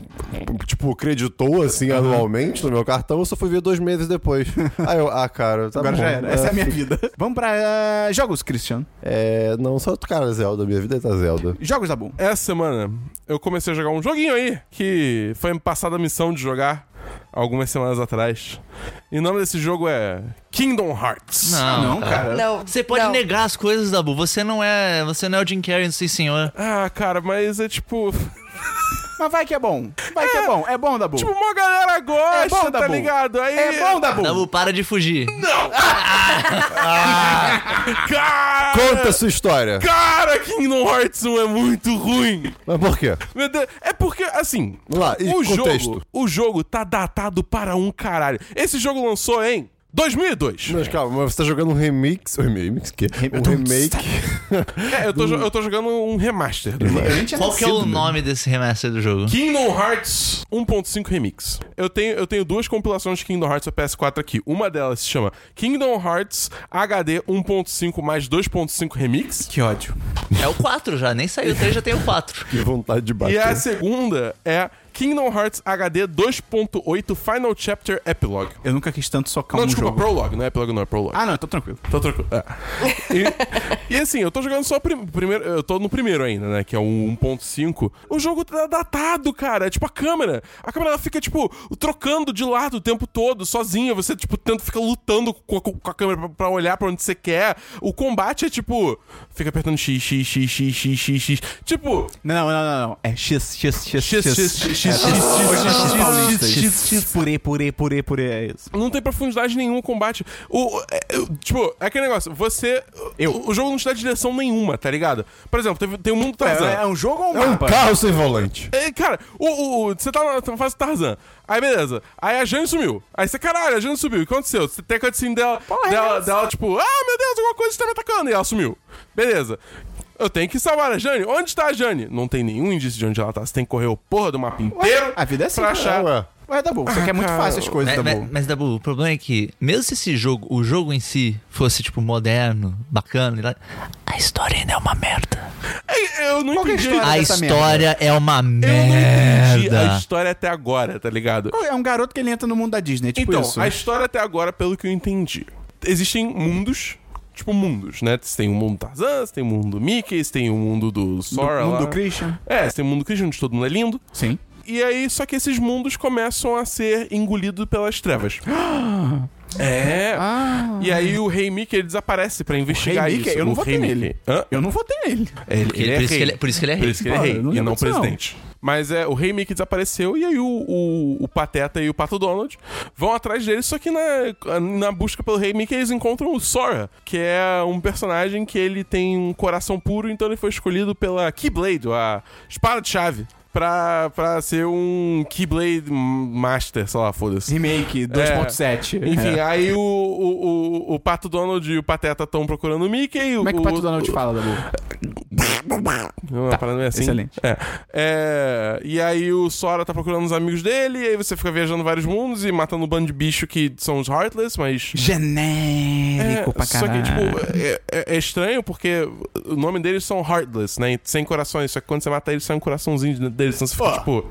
tipo, creditou assim anualmente no meu cartão, eu só fui ver dois meses depois. aí eu, ah, cara, tá
Agora
bom.
já era. Essa é a
É,
minha vida. Vamos pra eh, jogos, Christian.
é, não, só outro cara Zelda, minha vida tá Zelda.
Jogos da Boom.
Essa semana eu comecei a jogar um joguinho aí que foi me passada a missão de jogar algumas semanas atrás. E o nome desse jogo é Kingdom Hearts.
Não, tá.
não, cara.
Não.
Você pode
não.
negar as coisas, Dabu. Você não é. Você não é o Jim Carrey, sim, senhor.
Ah, cara, mas é tipo.
Mas vai que é bom. Vai que é bom. É bom, Dabu.
Tipo, uma galera gosta,
É bom,
tá
Dabu.
ligado? Aí,
é bom, Dabu.
Dabu, para de fugir.
Cara,
Conta a sua história.
cara, Kingdom Hearts 1 é muito ruim.
Mas por quê?
Meu Deus, é porque, assim.
Vamos lá, e
o
contexto?
jogo, o jogo tá datado para um caralho. Esse jogo lançou em 2002.
Mas calma, mas você tá jogando um remix. Um remix? Que? Um remake.
É, eu tô, jo- eu tô jogando um remaster do jogo.
Eu nem tinha
Qual que é o
nascido, meu.
nome desse remaster do jogo?
Kingdom Hearts 1.5 Remix. Eu tenho, eu tenho duas compilações de Kingdom Hearts pra PS4 aqui. Uma delas se chama Kingdom Hearts HD 1.5 mais 2.5 Remix.
Que ódio.
É o 4 já, nem saiu o 3, já tem o 4.
Que vontade de bater.
E a segunda é Kingdom Hearts HD 2.8 Final Chapter Epilogue.
Eu nunca quis tanto socar
não,
um
desculpa,
jogo.
Prologue, não é Epilogue, não, é Prologue.
Ah, não, eu tô tranquilo.
Tô tranquilo. É. E, e assim, eu tô jogando só o prim- primeiro. Eu tô no primeiro ainda, né? Que é o 1.5. O jogo tá datado, cara. É tipo a câmera. A câmera ela fica, tipo, trocando de lado o tempo todo, sozinha. Você, tipo, tenta fica lutando com a, com a câmera pra, pra olhar pra onde você quer. O combate é tipo. Fica apertando X, X, X, X, X, X, X. Tipo,
Não, não, não, não. É X, X, X,
X, X, X, X, X, X, X, X, X, X, X.
Purê, purê, purê, purê. É isso.
Não tem profundidade nenhuma o combate. O, o- é- é- tipo, é aquele negócio, você.
Eu.
O jogo não te dá direção nenhuma, tá ligado? Por exemplo, teve- tem o mundo Tarzan.
É, é um jogo ou um
É um
mapa?
carro sem volante.
É, cara, o, o- o- você tá na- na fase Tarzan. Aí beleza. Aí a Jane sumiu. Aí você, caralho, a Jane sumiu. O que aconteceu? Você tem a cutscene dela,
é
dela, dela, tipo, ah, meu Deus, alguma coisa está me atacando. E ela sumiu. Beleza. Eu tenho que salvar a Jane. Onde está a Jane? Não tem nenhum indício de onde ela tá. Você tem que correr o porra do mapa inteiro.
A vida é assim. né?
Pra achar.
Ué.
Ué, Dabu, você quer muito fácil as coisas,
Mas,
Dabu.
mas, mas, Dabu, o problema é que, mesmo se esse jogo, o jogo em si, fosse, tipo, moderno, bacana, e lá- a história ainda é uma merda.
Ei, Eu não
Qual que é a
entendi.
história?
A
dessa
história é uma
Eu não entendi a
merda.
história até agora, tá ligado?
É um garoto que ele entra no mundo da Disney, tipo
então,
isso.
a história até agora, pelo que eu entendi, existem mundos, tipo mundos, né? Você tem o mundo Tarzan, você tem o mundo Mickey, você tem o mundo do Sora
mundo
lá.
Christian.
É, você tem o mundo Christian, onde todo mundo é lindo.
Sim.
E aí, só que esses mundos começam a ser engolidos pelas trevas. é. E aí o Rei Mickey ele desaparece pra investigar
Ah. Rei
isso.
Mickey? Eu não
o
votei
Rei
nele.
Mickey. Hã?
Eu não votei nele.
Ele,
Porque- por isso que ele- por isso que ele é
Por
rei.
isso que ele é
Pô,
rei.
eu não
e não
lembro disso, não.
presidente. Mas é, o rei Mickey desapareceu e aí o, o, o Pateta e o Pato Donald vão atrás dele, só que na, na busca pelo rei Mickey eles encontram o Sora, que é um personagem que ele tem um coração puro, então ele foi escolhido pela Keyblade, a espada de chave. Pra, pra ser um Keyblade Master, sei lá, foda-se.
Remake 2.7.
Enfim,
É.
aí o, o, o, o Pato Donald e o Pateta estão procurando o Mickey.
Como é que o Pato
o,
Donald fala, Dabu?
Uma parada meio assim.
excelente.
É. É, E aí o Sora tá procurando os amigos dele, e aí você fica viajando vários mundos e matando um bando de bicho que são os Heartless, mas. É,
Genérico pra
só que,
caralho.
tipo, é, é- é estranho porque o nome deles são Heartless, né? Sem corações. Só que quando você mata eles, sai um coraçãozinho deles. Então você fica, tipo.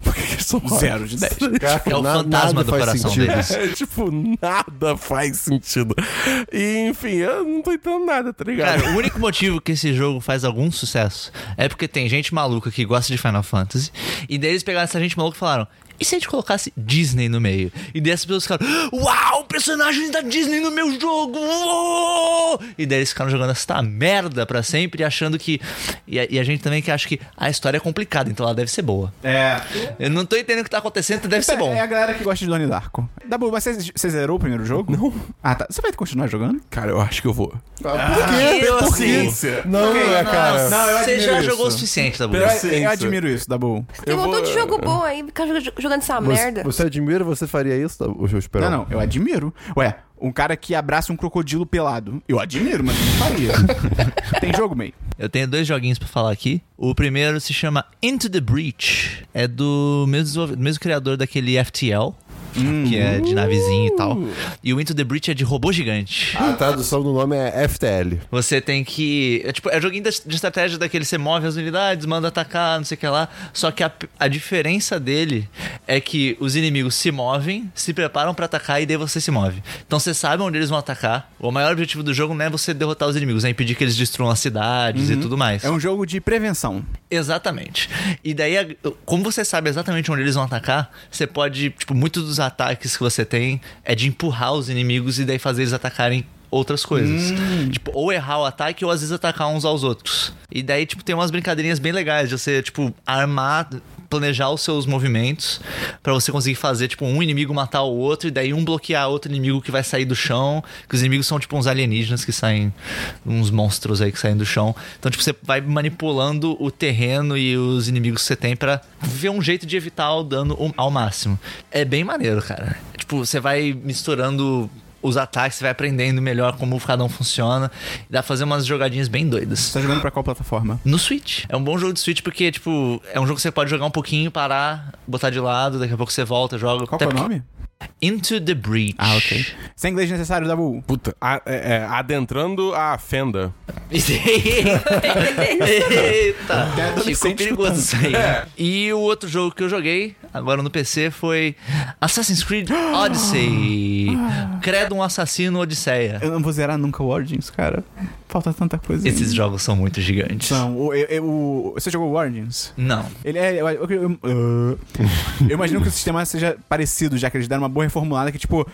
Por que, que eles são
Zero de
Heartless?
É o fantasma do coração deles.
É, tipo, nada faz sentido. E, enfim, eu não tô entendendo nada, tá ligado?
Cara, o único motivo que esse jogo faz algum sucesso é porque tem gente maluca que gosta de Final Fantasy. E daí eles pegaram essa gente maluca e falaram: e se a gente colocasse Disney no meio? E daí as pessoas ficaram: Uau, personagens da Disney no meu jogo! uou!" E daí eles ficaram jogando essa merda pra sempre, achando que. E a, e a gente também que acha que a história é complicada, então ela deve ser boa.
É.
Eu não tô entendendo o que tá acontecendo, então deve ser bom.
É a galera que gosta de Donnie Darko. Dabu, mas você você zerou o primeiro jogo? Não. Ah, tá. Você vai continuar jogando?
Cara, eu acho que eu vou.
Por quê?
pela
Por quê?
ciência.
Não,
Ok,
é,
não,
cara.
não, eu
Você
admiro
já
isso.
jogou o suficiente, Dabu.
Eu,
Pela ciência.
eu admiro isso, Dabu.
Tem um
Eu
montão
vou-
de jogo bom aí, ficar jog- jogando essa merda.
Você, você admira, você faria isso? Tá, Eu, eu espero.
Não, não, eu admiro. Ué, um cara que abraça um crocodilo pelado. Eu admiro, mas não faria. Tem jogo meio.
Eu tenho dois joguinhos pra falar aqui. O primeiro se chama Into the Breach. É do mesmo, desenvolve- do mesmo criador daquele FTL, que é de navezinha e tal. E o Into the Breach é de robô gigante.
A tradução do nome é FTL.
Você tem que. É, tipo, é joguinho da- de estratégia daquele você move as unidades, manda atacar, não sei o que lá. Só que a, a diferença dele é que os inimigos se movem, se preparam pra atacar e daí você se move. Então você sabe onde eles vão atacar. O maior objetivo do jogo não é você derrotar os inimigos, é impedir que eles destruam as cidades e tudo mais.
É um jogo de prevenção.
Exatamente. E daí, a- como você sabe exatamente onde eles vão atacar, você pode, tipo, muitos dos ataques que você tem é de empurrar os inimigos e daí fazer eles atacarem outras coisas. Tipo, ou errar o ataque ou às vezes atacar uns aos outros. E daí, tipo, tem umas brincadeirinhas bem legais de você, tipo, armar, planejar os seus movimentos pra você conseguir fazer, tipo, um inimigo matar o outro e daí um bloquear outro inimigo que vai sair do chão. Que os inimigos são, tipo, uns alienígenas que saem, uns monstros aí que saem do chão. Então, tipo, você vai manipulando o terreno e os inimigos que você tem pra ver um jeito de evitar o dano o- ao máximo. É bem maneiro, cara. Tipo, você vai misturando. Os ataques, você vai aprendendo melhor como cada um funciona. Dá pra fazer umas jogadinhas bem doidas.
Você tá jogando pra qual plataforma?
No Switch. É um bom jogo de Switch porque, tipo, é um jogo que você pode jogar um pouquinho, parar, botar de lado, daqui a pouco você volta, joga.
Qual que
Até
é o
porque-
nome?
Into the Breach.
Ah, ok. Sem inglês necessário, Dabu.
Puta, a- é- é, adentrando a fenda.
Eita! Ficou
adolescente É.
perigoso isso aí. né? E o outro jogo que eu joguei, agora no PC, foi Assassin's Creed Odyssey. Credo um assassino Odisseia.
Ah. Eu não vou zerar nunca o Origins, cara. Falta tanta coisa.
Esses jogos são muito gigantes.
Não, o, eu- eu- o- você jogou o Origins?
Não.
Ele é. Eu, eu- eu- eu- eu imagino que o sistema seja parecido, já que eles deram uma boa reformulada que, tipo.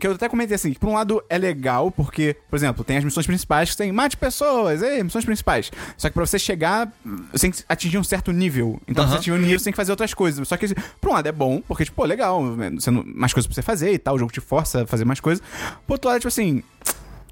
Que eu até comentei assim: que por um lado é legal, porque, por exemplo, tem as missões principais que tem mate pessoas, ei, missões principais. Só que pra você chegar, você tem que atingir um certo nível. Então, pra
Aham.
você atingir um nível, você tem que fazer outras coisas. Só que, por um lado, é bom, porque, tipo, pô, legal, né, você não- mais coisas pra você fazer e tal, o jogo te força a fazer mais coisas. Por outro lado, é tipo assim.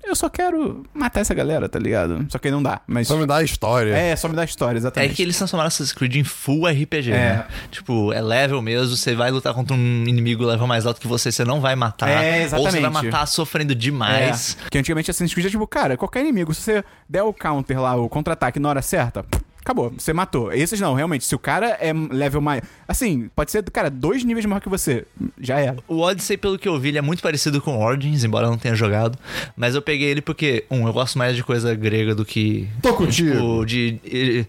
Eu só quero matar essa galera, tá ligado? Só que aí não dá, mas.
Só me dá a história.
É, só me dá história,
É
exatamente.
que eles transformaram Assassin's Creed em full RPG, né? Tipo, é level mesmo, você vai lutar contra um inimigo level mais alto que você, você não vai matar.
É,
Ou você vai
exatamente.
matar sofrendo demais.
É. Que antigamente Assassin's Creed é tipo, cara, qualquer inimigo, se você der o counter lá, o contra-ataque na hora certa, pff, acabou, você matou. Esses não, realmente, se o cara é level mais. Assim, pode ser, cara, dois níveis maior que você. Já era.
O Odyssey, pelo que eu vi, ele é muito parecido com Origins, embora eu não tenha jogado. Mas eu peguei ele porque, um, eu gosto mais de coisa grega do que.
Tô contigo.
Tipo, de. De,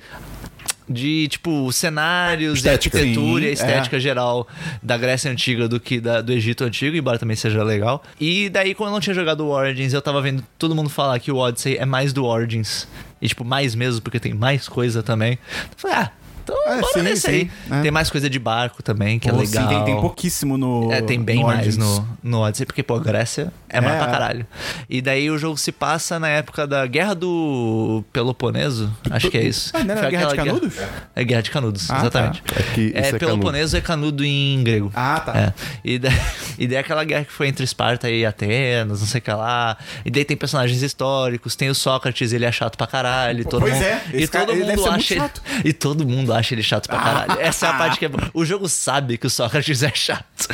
de, tipo, cenários
Estética.
e arquitetura e a
Sim, É.
estética geral da Grécia Antiga do que da- do Egito Antigo, embora também seja legal. E daí, quando eu não tinha jogado o Origins, eu tava vendo todo mundo falar que o Odyssey é mais do Origins. E, tipo, mais mesmo, porque tem mais coisa também. Então, eu falei, ah, então
É,
bora
sim,
nesse
sim,
aí.
é.
Tem mais coisa de barco também, que é
Pô,
legal.
Sim, tem, tem pouquíssimo no.
É, tem bem
no
mais
Origins.
no, no Odyssey, porque, pô, Grécia é mar
É.
pra caralho. E daí o jogo se passa na época da Guerra do Peloponeso, acho que é isso.
Ah, não era
Foi
Guerra de
aquela
Canudos?
É Guerra de Canudos,
Ah, tá.
exatamente.
Aqui,
É,
isso é
Peloponeso é canudo em grego.
Ah, tá.
É. E, da, e daí aquela guerra que foi entre Esparta e Atenas, não sei o que lá. E daí tem personagens históricos, tem o Sócrates, ele é chato pra caralho. e Todo
Pois
mundo,
é,
e
esse cara-
todo
ele deve
mundo
ser muito
acha ele,
chato. Ah.
E todo mundo acha ele chato pra caralho. Essa é a parte que é boa. O jogo sabe que o Sócrates é chato.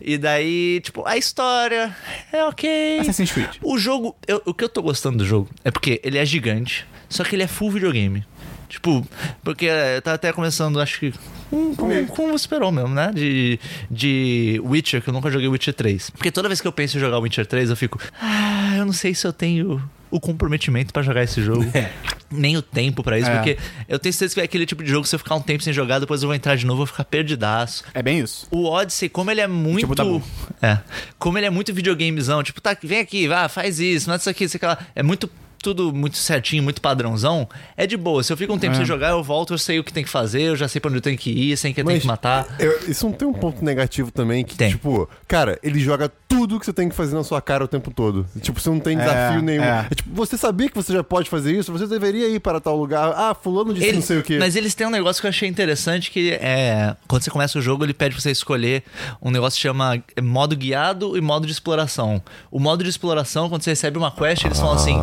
E daí, tipo, a história é ok.
Assassin's Creed.
O jogo, eu- o que eu tô gostando do jogo é porque ele é gigante, só que ele é full videogame. Tipo, porque é, tá até começando, acho que. Com, com, com o Superou mesmo, né? De, de Witcher, que eu nunca joguei Witcher 3. Porque toda vez que eu penso em jogar Witcher 3, eu fico. Ah, eu não sei se eu tenho o comprometimento pra jogar esse jogo. Nem o tempo pra isso,
É.
porque eu tenho certeza que é aquele tipo de jogo que se eu ficar um tempo sem jogar, depois eu vou entrar de novo, eu vou ficar perdidaço.
É bem isso.
O Odyssey, como ele é muito.
Tipo, tá bom.
é. Como ele é muito videogamezão, tipo, tá, vem aqui, vá, faz isso, não é isso aqui, isso aqui lá. É muito. Tudo muito certinho, muito padrãozão. É de boa. Se eu fico um tempo sem jogar, eu volto, eu sei o que tem que fazer, eu já sei pra onde eu tenho que ir, sei quem eu tenho
Mas-
que matar.
Eu- isso não tem um ponto negativo também que,
Tem.
tipo, cara, ele joga tudo que você tem que fazer na sua cara o tempo todo. Tipo, você não tem desafio nenhum.
é.
É tipo, você sabia que você já pode fazer isso? Você deveria ir para tal lugar. Ah, fulano disse
Ele-
não sei o quê.
Mas eles têm um negócio que eu achei interessante que é. Quando você começa o jogo, ele pede pra você escolher um negócio que chama modo guiado e modo de exploração. O modo de exploração, quando você recebe uma quest, eles falam assim: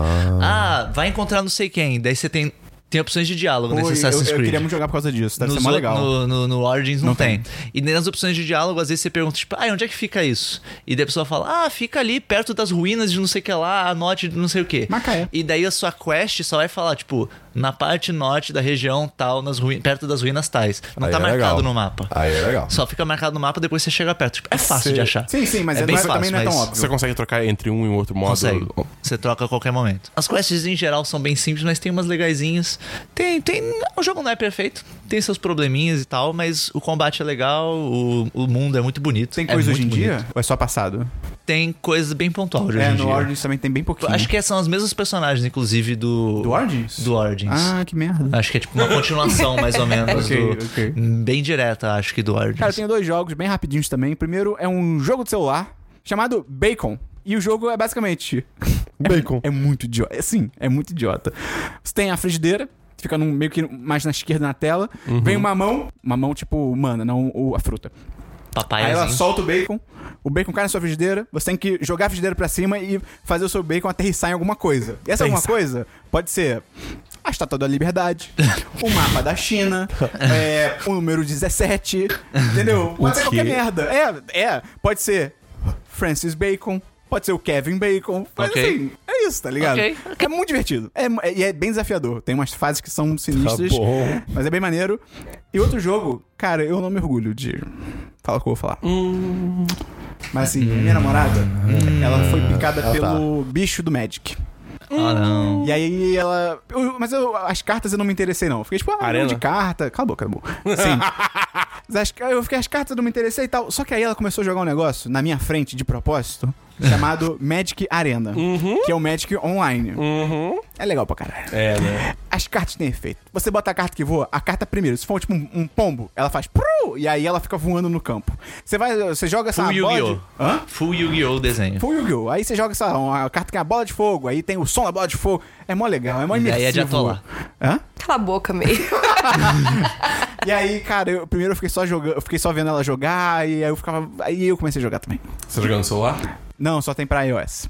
Ah, vai encontrar não sei quem. Daí você tem. Tem opções de diálogo
Pô,
nesse
eu,
Assassin's
eu
Creed.
queria muito jogar por causa disso. Deve
Nos
ser mó
o-
legal.
No, no, no Origins não, tem. E nas opções de diálogo, às vezes você pergunta, tipo, ah, onde é que fica isso? E daí a pessoa fala, ah, fica ali perto das ruínas de não sei o que lá, a norte de não sei o que.
Macaé.
E daí a sua quest só vai falar, tipo, na parte norte da região tal, nas ruínas, perto das ruínas tais. Não
Aí
tá
é
marcado
legal.
no mapa.
Aí é legal.
Só fica marcado no mapa, depois você chega perto. Tipo, é fácil
Sim.
de achar.
Sim, sim, mas é- não é- também não é tão óbvio.
Você consegue trocar entre um e o outro modo?
Consegue. Você troca a qualquer momento. As quests em geral são bem simples, mas tem umas legaisinhas. Tem, tem. O jogo não é perfeito, tem seus probleminhas e tal, mas o combate é legal, o, o mundo é muito bonito.
Tem
é
coisa hoje em
muito
dia?
bonito.
Ou é só passado?
Tem coisas bem pontual de hoje
é,
em
no
dia.
Origins também tem bem pouquinho.
Acho que são as mesmas personagens, inclusive, do.
Do Origins?
Do Origins.
Ah, que merda.
Acho que é tipo uma continuação, mais ou menos.
Ok,
do-
ok.
Bem direta, acho que do Origins.
Cara, eu tenho dois jogos bem rapidinhos também. O primeiro é um jogo de celular chamado Bacon. E o jogo é basicamente.
Bacon.
É muito idiota. É, sim, é muito idiota. Você tem a frigideira, fica num- meio que mais na esquerda na tela. Vem uma mão, uma mão tipo humana, não o- a fruta. um
Papai
Aí ela solta o bacon, o bacon cai na sua frigideira, você tem que jogar a frigideira pra cima e fazer o seu bacon aterrissar em alguma coisa. E essa alguma coisa pode ser a Estátua da Liberdade, o mapa da China, é, o número 17, entendeu? Pode ser qualquer
quê?
merda. É, é, pode ser Francis Bacon, pode ser o Kevin Bacon, mas
Ok.
assim, é isso, tá ligado?
Ok,
É muito divertido. É, mu- é- e é bem desafiador. Tem umas fases que são sinistras,
bom.
mas é bem maneiro. E outro jogo, cara, eu não me orgulho de falar o que eu vou falar.
Hum.
Mas assim, minha namorada, ela foi picada
Ah, tá.
pelo bicho do Magic.
Ah, não.
E aí ela. eu- mas eu- as cartas eu não me interessei, não. Eu fiquei tipo, ah,
Arena?
Arena. de carta. Cala a boca, acabou. Sim. Mas as- eu fiquei, as cartas eu não me interessei e tal. Só que aí ela começou a jogar um negócio na minha frente, de propósito, chamado Magic Arena. Que é o Magic Online. É legal pra caralho.
Uhum. É, né?
As cartas têm efeito. Você bota a carta que voa, a carta primeiro. Se for tipo um, um pombo, ela faz pru, e aí ela fica voando no campo. Você vai, você joga essa
Full
bola de-
Yu-Gi-Oh!
Hã?
Full Yu-Gi-Oh! desenho.
Foi o Yu-Gi-Oh! Aí você joga essa uma carta que é a bola de fogo, aí tem o som da bola de fogo. É mó legal, é mó
E aí é
imersivo.
de atolar.
Hã?
Cala a boca, meio.
E aí, cara, eu primeiro eu fiquei só jogando, eu fiquei só vendo ela jogar e aí eu ficava, aí eu comecei a jogar também.
Você tá jogando no celular?
Não, só tem pra iOS.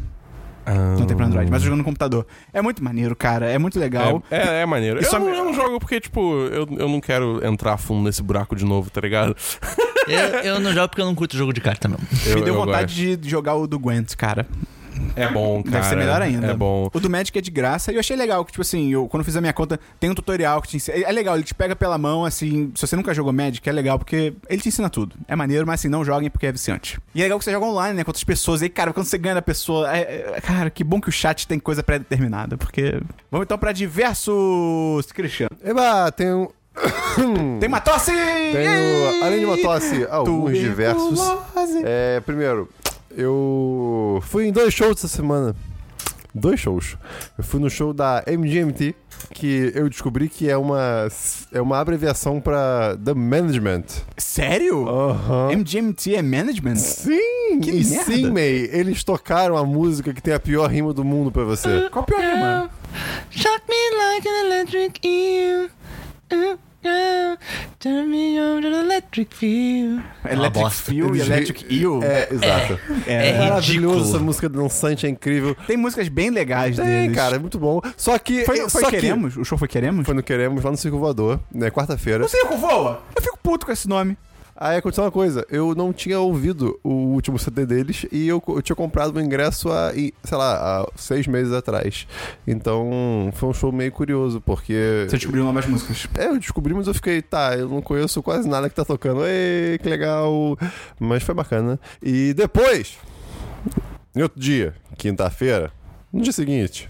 Não tem pra Android, mas eu jogo no computador. É muito maneiro, cara, é muito legal.
É, é, é maneiro. Eu,
Isso
não,
é-
eu não jogo porque, tipo, eu, eu não quero entrar a fundo nesse buraco de novo, tá ligado?
Eu, eu não jogo porque eu não curto jogo de carta mesmo.
Eu,
Me deu
eu
vontade de jogar o do Gwent, cara.
gosto. É bom, cara.
Deve ser melhor ainda.
É bom.
O do Magic é de graça e eu achei legal que, tipo assim, eu, quando eu fiz a minha conta, tem um tutorial que te ensina. É legal, ele te pega pela mão, assim. Se você nunca jogou Magic, é legal porque ele te ensina tudo. É maneiro, mas assim, não joguem porque é viciante. E é legal que você joga online, né? Com outras pessoas. E aí, cara, quando você ganha da pessoa. é- é- cara, que bom que o chat tem coisa pré-determinada. Porque. Vamos então pra diversos, Cristiano.
Eba, tem um.
Tem uma tosse!
Tenho, além de uma tosse, alguns
Tuberculose.
diversos. É, primeiro, eu fui em dois shows essa semana. Dois shows. Eu fui no show da MGMT, que eu descobri que é uma, é uma abreviação pra The Management.
Sério?
Aham.
MGMT é management?
Sim!
Que
e
merda.
sim, May, eles tocaram a música que tem a pior rima do mundo pra você.
Qual o pior, mano?
Shock me like an electric eel. Uh, uh, Turn me on an electric feel.
Electric
bosta.
Feel e
Eles-
Electric Eel.
É, exato.
É ridículo.
Maravilhoso essa música dançante, é incrível.
Tem músicas bem legais
Tem,
deles.
cara, é muito bom. Só que.
Foi, foi
só que-
Queremos? O show foi Queremos?
Foi no Queremos, lá no Circo Voador, né? Quarta-feira.
O circo voa! Eu fico puto com esse nome.
Aí aconteceu uma coisa, eu não tinha ouvido o último CD deles e eu, co- eu tinha comprado o ingresso há, e- sei lá, há seis meses atrás. Então foi um show meio curioso, porque.
Você descobriu novas músicas.
É, eu descobri, mas eu fiquei, tá, eu não conheço quase nada que tá tocando. Ei, que legal! Mas foi bacana. E depois, em outro dia, quinta-feira, no dia seguinte,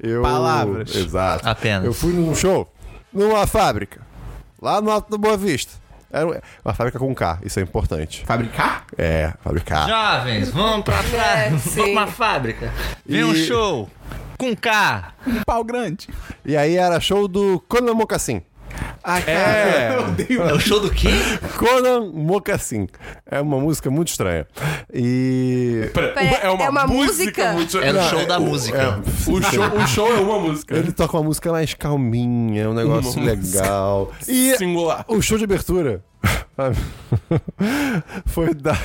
eu.
Palavras.
Exato.
Apenas.
Eu fui num show, numa fábrica, lá no Alto da Boa Vista. Era um- uma fábrica com K, isso é importante.
Fabricar?
É, fábrica.
Jovens, vamos pra,
É,
fábrica.
sim.
vamos pra fábrica. Vem um
E-
show com K.
Um pau grande.
E aí era show do Conan Mocassin.
Ai, cara, eu odeio.
É o show do quê?
Conan Mocassin. É uma música muito estranha. E.
Pera,
Pera, é uma música?
muito-
É o
Não,
show da
É,
música.
O show, o show é uma música.
Ele toca uma música mais calminha, um negócio
Uma
legal. E
Singular.
o show de abertura foi da,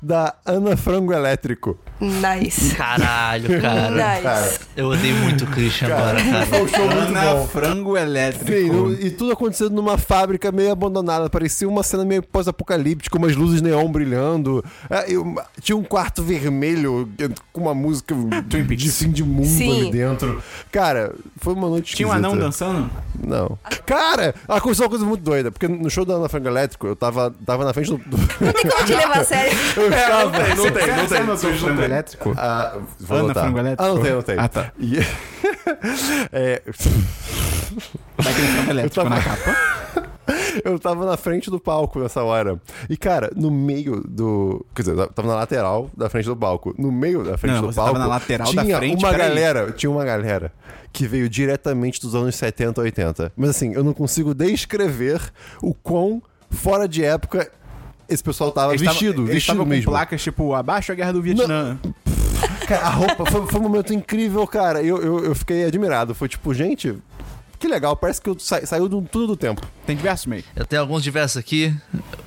da Ana Frango Elétrico.
Nice.
Caralho, cara.
Nice.
Eu odeio muito o Christian agora, cara.
Foi um show muito
Ana
bom.
Frango Elétrico.
Sim, no- e tudo acontecendo numa fábrica meio abandonada. Parecia uma cena meio pós-apocalíptica, umas luzes neon brilhando. É, e uma- tinha um quarto vermelho com uma música
Twin Peaks.
de fim de mundo
Sim.
ali dentro. Cara, foi uma noite
Tinha um anão
esquisita.
dançando?
Não. Cara, aconteceu uma coisa muito doida, porque no show da Ana Frango Elétrico, eu tava, tava na frente do. do-
Não tem como te levar a sério.
eu assim, tava.
É, Não tem, não
Você
tem.
é noção de
Não
frango
tem.
elétrico?
Ah, vou
Ana
anotar.
Frango Elétrico?
Ah, não tem, não tem.
Ah, tá.
E- é,
Vai ter um frango elétrico
tava-
na capa.
eu tava na frente do palco nessa hora. E, cara, no meio do. Quer dizer, eu tava na lateral da frente do palco. No meio da frente
Não,
do
você
palco.
tava na lateral da
tinha
frente,
Uma
peraí.
galera, tinha uma galera que veio diretamente dos anos 70, 80. Mas assim, eu não consigo descrever o quão fora de época. Esse pessoal tava
Eles
vestido,
tavam- eles
vestido
tavam
mesmo.
com placas tipo abaixo a guerra do Vietnã.
Cara, a roupa foi, foi um momento incrível, cara. Eu, eu, eu fiquei admirado. Foi tipo, gente, que legal. Parece que eu sa- saiu de um tudo do tempo.
Tem diversos meio.
Eu tenho alguns diversos aqui.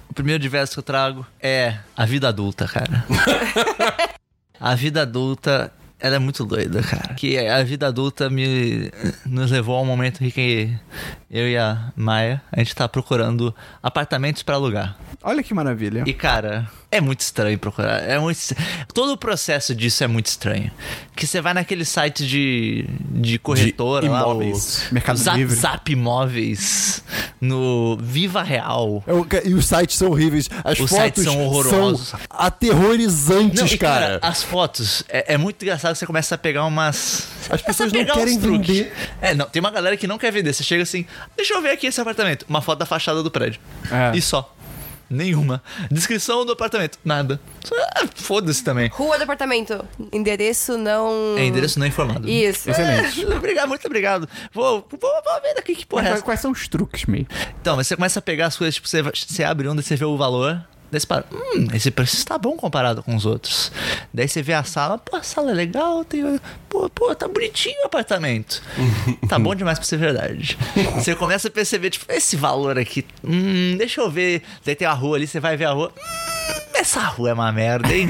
O primeiro diverso que eu trago é a vida adulta, cara. a vida adulta Ela é muito doida, cara. Que a vida adulta me nos levou ao momento em que eu e a Maia, a gente tá procurando apartamentos pra alugar.
Olha que maravilha.
E cara, é muito estranho procurar. É muito est- todo o processo disso é muito estranho. Que você vai naquele site de, de corretora lá, o-
imóveis.
Mercado
Zap,
Livre.
Zap Imóveis, no Viva Real.
É o ca- E os sites são horríveis. As
Os
fotos
sites são horrorosos. Não,
aterrorizantes,
e,
cara.
cara, as fotos. É, é muito engraçado que você começa a pegar umas.
As
começa a
pessoas não
pegar
querem
uns truques.
vender.
É, não, tem uma galera que não quer vender. Você chega assim, deixa eu ver aqui esse apartamento. Uma foto da fachada do prédio.
É.
E só. Nenhuma. Descrição do apartamento. Nada. Ah, Foda-se também.
Rua do apartamento. Endereço não.
É endereço não informado.
Isso.
Excelente.
É, obrigado, muito obrigado. Vou, vou, vou ver daqui que porra é
Mas
essa.
quais são os truques, meio?
Então, mas você começa a pegar as coisas, tipo, você, você abre um, daí você vê o valor. Daí você para, hum, esse preço está bom comparado com os outros. Daí você vê a sala, pô, a sala é legal, tem. Pô, pô, tá bonitinho o apartamento. tá bom demais pra ser verdade. Você começa a perceber, tipo, esse valor aqui, hum, deixa eu ver. Daí tem a rua ali, você vai ver a rua. Hum, essa rua é uma merda, hein?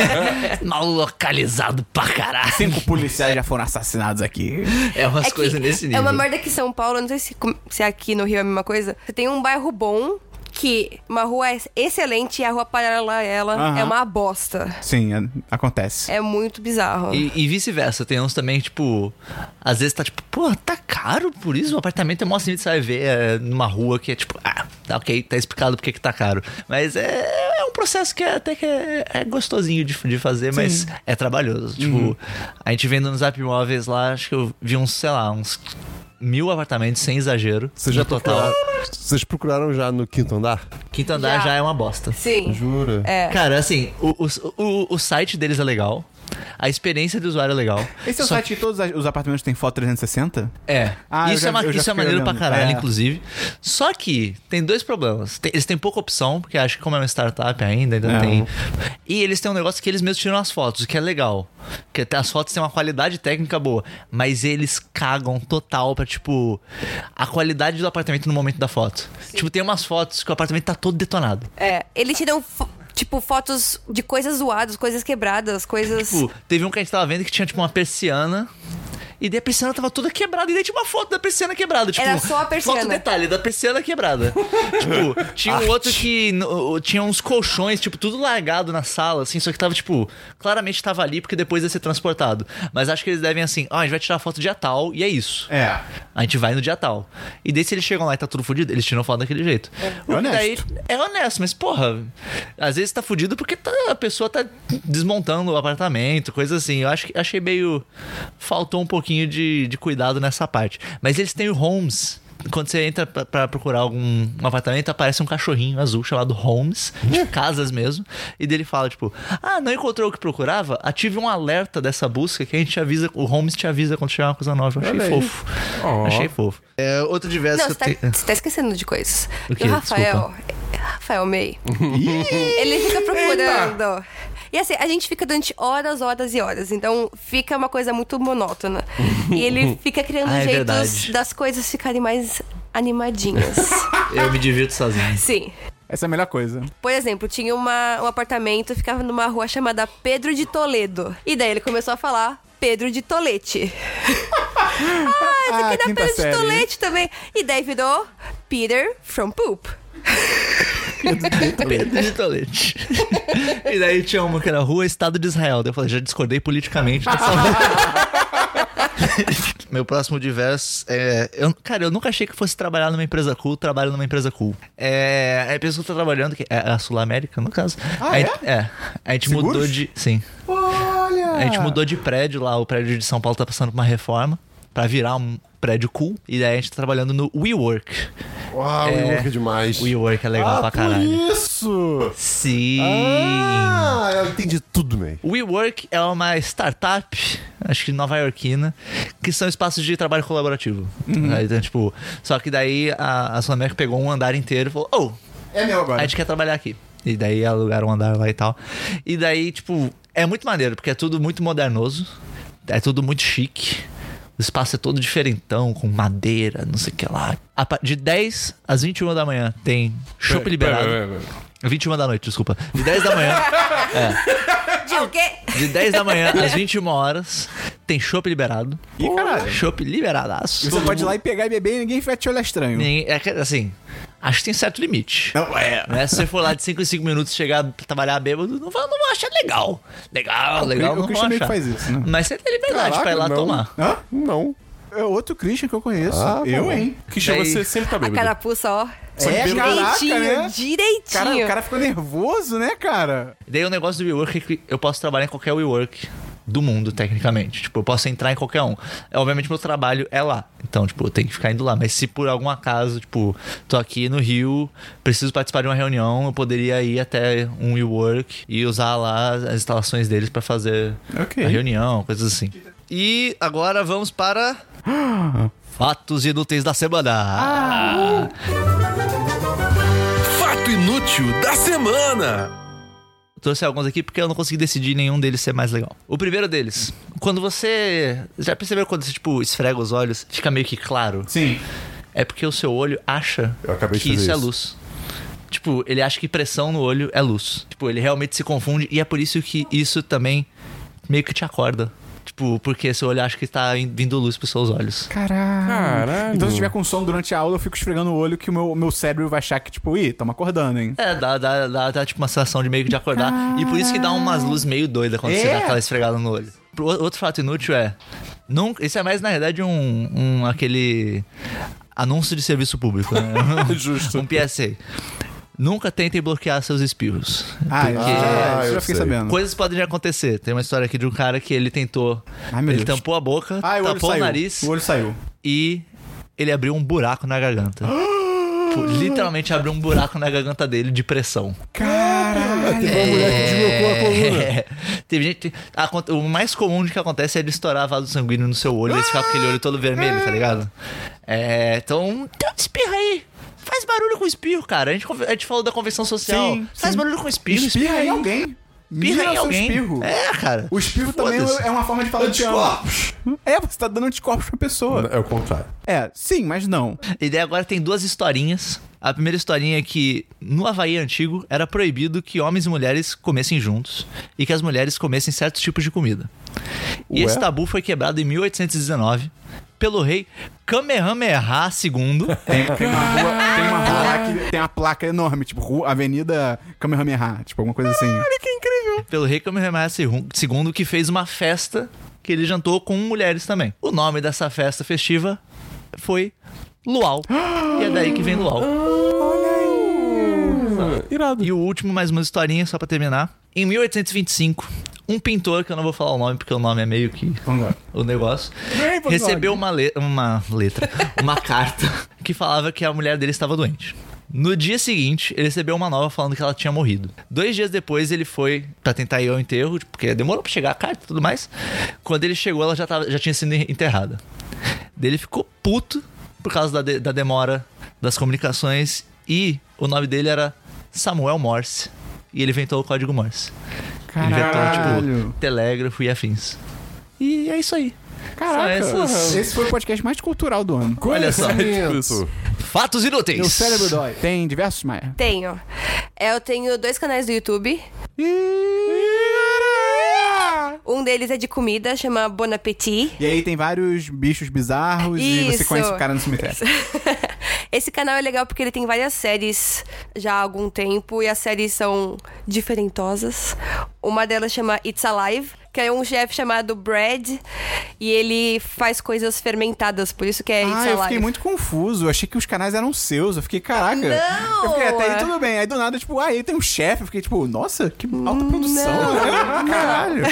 Mal localizado pra caralho.
Cinco policiais já foram assassinados aqui.
É umas
É que
coisas nesse nível.
É uma merda que São Paulo, não sei se, com- se aqui no Rio é a mesma coisa. Você tem um bairro bom, que uma rua é excelente e a rua paralela a ela
Aham.
é uma bosta.
Sim, é- acontece.
É muito bizarro.
E, e vice-versa, tem uns também, tipo, às vezes tá tipo, pô, tá caro por isso? O apartamento é mó assim, você vai ver é, numa rua que é tipo, ah, tá ok, tá explicado porque que tá caro. Mas é, é um processo que é, até que é, é gostosinho de, de fazer, mas é trabalhoso. Tipo, a gente vendo nos app móveis lá, acho que eu vi uns, sei lá, uns mil apartamentos, sem exagero.
Vocês já
no total.
procuraram, vocês procuraram já no quinto andar?
Quinto andar
Já.
já é uma bosta.
Sim.
Jura?
É.
Cara, assim, o, o, o, o site deles é legal. A experiência do usuário é legal.
Esse é o
Só
site que todos os apartamentos têm foto 360?
É.
Ah, eu
isso
já-
é, uma,
eu já
isso é
fiquei
maneiro pra
olhando.
caralho,
É.
inclusive. Só que tem dois problemas. Tem- eles têm pouca opção, porque acho que como é uma startup ainda, ainda
É.
tem. E eles têm um negócio que eles mesmos tiram as fotos, o que é legal. Porque até as fotos têm uma qualidade técnica boa. Mas eles cagam total pra, tipo, a qualidade do apartamento no momento da foto. Tipo, tem umas fotos que o apartamento tá todo detonado.
É. Eles tiram, fo- tipo, fotos de coisas zoadas, coisas quebradas, coisas.
Tipo, teve um que a gente tava vendo que tinha, tipo, uma persiana. E daí a persiana tava toda quebrada. E daí tinha uma foto da persiana quebrada. Tipo,
Era só a persiana.
Foto detalhe, da persiana quebrada. tipo, tinha um outro que... no- Tinha uns colchões, tipo, tudo largado na sala, assim. Só que tava, tipo... Claramente tava ali porque depois ia ser transportado. Mas acho que eles devem, assim... Ah, a gente vai tirar foto dia tal e é isso.
É.
A gente vai no dia tal. E daí se eles chegam lá e tá tudo fudido, eles tiram foto daquele jeito. O que
honesto.
daí é honesto, mas porra, às vezes tá fudido porque tá- a pessoa tá desmontando o apartamento, coisa assim. Eu acho que achei meio. Faltou um pouquinho de, de cuidado nessa parte. Mas eles têm o Holmes. Quando você entra pra- pra procurar algum um apartamento, aparece um cachorrinho azul chamado Holmes,
Hum.
de casas mesmo. E dele fala, tipo, ah, não encontrou o que procurava? Ative um alerta dessa busca que a gente te avisa, o Holmes te avisa quando chegar uma coisa nova. Eu achei
Olha aí.
fofo.
Ó.
Achei fofo. É, outro diverso
Não,
que
você
eu
tá,
tenho-
você tá esquecendo de coisas.
é. O quê?
o Rafael. Rafael May. ele fica procurando. E assim, a gente fica durante horas, horas e horas. Então fica uma coisa muito monótona. E ele fica criando
Ah, é
jeitos
verdade.
das coisas ficarem mais animadinhas.
Eu me divirto sozinho.
Sim.
Essa é a melhor coisa.
Por exemplo, tinha uma, um apartamento, ficava numa rua chamada Pedro de Toledo. E daí ele começou a falar Pedro de Tolete. ah, esse
Ah,
aqui dá
quinta
Pedro
série.
de Tolete também. E daí virou Peter from Poop.
Pedro de Tolete. e daí tinha uma que era Rua Estado de Israel. Daí eu falei, já discordei politicamente dessa Meu próximo diverso é. Eu, cara, eu nunca achei que fosse trabalhar numa empresa cool, trabalho numa empresa cool. É. A pessoa que tá trabalhando, que é a Sul América, no caso.
Ah,
a
é?
gente- é. A gente
Seguros?
mudou de. Sim.
Olha!
A gente mudou de prédio lá, o prédio de São Paulo tá passando por uma reforma pra virar um prédio cool. E daí a gente tá trabalhando no WeWork.
Uau,
É.
é... demais.
O WeWork é legal
ah,
pra caralho.
Por isso!
Sim.
Ah, eu entendi tudo, man.
O WeWork é uma startup, acho que nova-iorquina, que são espaços de trabalho colaborativo.
Uhum.
Aí, então, tipo, só que daí a, a Solamérica pegou um andar inteiro e falou: Oh,
É meu
a
agora.
gente quer trabalhar aqui. E daí alugaram um andar lá e tal. E daí, tipo, é muito maneiro, porque é tudo muito modernoso, é tudo muito chique. O espaço é todo diferentão, com madeira, não sei o que lá. A pa- De 10 às 21 da manhã tem chopp
Pera,
liberado.
pera, pera, pera.
21 da noite, desculpa. De 10 da manhã.
De É o quê?
De 10 da manhã às 21 horas, tem chopp liberado.
Ih, caralho.
Chopp liberadaço.
Você pode ir lá e pegar e beber e ninguém vai te olhar estranho.
Ninguém- É que, assim, acho que tem certo limite.
Não, é.
Né? Se você for lá de 5 em 5 minutos chegar pra trabalhar bêbado, não, vai, não vou achar legal. Legal, legal,
o
não vou
Christian meio que
achar.
faz isso, né?
Mas você tem liberdade
Caraca,
pra ir lá
não.
tomar.
Hã?
Não.
É outro Christian que eu conheço.
Ah,
eu,
bom.
hein?
Que
É
chama
Daí-
você sempre tá
A
bêbado.
carapuça, ó.
É,
direitinho,
caraca, né?
direitinho.
Cara, o cara ficou nervoso, né, cara?
Daí o negócio do WeWork é que eu posso trabalhar em qualquer WeWork do mundo, tecnicamente. Tipo, eu posso entrar em qualquer um. É, obviamente, meu trabalho é lá. Então, tipo, eu tenho que ficar indo lá. Mas se por algum acaso, tipo, tô aqui no Rio, preciso participar de uma reunião, eu poderia ir até um WeWork e usar lá as instalações deles pra fazer
Ok.
a reunião, coisas assim. E agora vamos para... Fatos inúteis da semana.
Ah!
Fato inútil da semana!
Trouxe alguns aqui porque eu não consegui decidir nenhum deles ser mais legal. O primeiro deles, quando você. Já percebeu quando você, tipo, esfrega os olhos, fica meio que claro?
Sim.
É porque o seu olho acha
Eu acabei de
que
fazer
isso, é
isso.
luz. Tipo, ele acha que pressão no olho é luz. Tipo, ele realmente se confunde e é por isso que isso também meio que te acorda. Tipo, porque seu olho acha que tá in- vindo luz pros seus olhos.
Caralho.
Caralho.
Então, se eu tiver com sono durante a aula, eu fico esfregando o olho que o meu, meu cérebro vai achar que, tipo, ih, tamo acordando, hein?
É, dá, dá, dá, dá tipo uma sensação de meio que de acordar. E por isso que dá umas luzes meio doidas quando você
Ah. É.
dá aquela esfregada no olho. Pro- Outro fato inútil é. Nunca, isso é mais, na verdade, um, um aquele anúncio de serviço público, né?
Justo.
um PSA. Nunca tentem bloquear seus espirros.
Ah, eu, já-
Ah,
eu já
eu
fiquei
sei.
sabendo.
Coisas podem acontecer. Tem uma história aqui de um cara que ele tentou.
Ai, meu
ele
Deus.
tampou a boca,
Ah, o olho
tapou o
saiu.
nariz
O olho saiu.
e ele abriu um buraco na garganta. Tipo, Literalmente abriu um buraco na garganta dele de pressão.
Caralho.
É. Teve gente. aconte- O mais comum de que acontece é de estourar vaso sanguíneo no seu olho e você ficar com aquele olho todo vermelho, tá ligado? É. Então. Então espirra aí! Faz barulho com espirro, cara. A gente, conve- a gente falou da convenção social.
Sim,
Faz
sim.
barulho com espirro.
Espirra em alguém.
Espirra
Mira
em
seu
alguém.
espirro.
É, cara.
O espirro também
Foda-se.
é uma forma de falar de amo. É, você tá dando anticorpos pra pessoa.
É o contrário.
É, sim, mas não.
E daí agora tem duas historinhas. A primeira historinha é que no Havaí antigo era proibido que homens e mulheres comessem juntos e que as mulheres comessem certos tipos de comida. E
Ué?
esse tabu foi quebrado em 1819 pelo rei Kamehameha II.
Tem uma rua, tem uma rua lá que tem uma placa enorme, tipo, rua, Avenida Kamehameha, tipo, alguma coisa assim.
pelo rei Kamehameha II, que fez uma festa que ele jantou com mulheres também. O nome dessa festa festiva foi Luau. e é daí que vem Luau. Irado. E o último, mais uma historinha, só pra terminar. Em 1825, um pintor, que eu não vou falar o nome, porque o nome é meio que o negócio,
é,
recebeu uma, le- uma letra, uma carta que falava que a mulher dele estava doente. No dia seguinte, ele recebeu uma nova falando que ela tinha morrido. Dois dias depois, ele foi pra tentar ir ao enterro, porque demorou pra chegar a carta e tudo mais. Quando ele chegou, ela já, tava- já tinha sido enterrada. Daí ele ficou puto por causa da, de- da demora das comunicações e o nome dele era Samuel Morse. E ele inventou o código Morse. Ele inventou,
Caralho.
tipo, telégrafo e afins. E é isso aí.
Caraca.
São essas-
Esse foi o podcast mais cultural do ano.
Olha só.
É tipo
Isso.
Fatos inúteis.
é Meu cérebro dói. Tem diversos mais.
Tenho. É, Eu tenho dois canais do YouTube. Um deles é de comida, chama Bon Appetit.
E aí tem vários bichos bizarros e você
Isso.
conhece o cara no cemitério.
Esse canal é legal porque ele tem várias séries já há algum tempo e as séries são diferentosas. Uma delas chama It's Alive, que é um chefe chamado Brad e ele faz coisas fermentadas, por isso que é It's
Ah, eu
Alive.
fiquei muito confuso. Eu achei que os canais eram seus. Eu fiquei, caraca.
Não!
Eu fiquei até aí tudo bem. Aí do nada, tipo, aí tem um chefe. Eu fiquei, tipo, nossa, que alta produção. né? Caralho.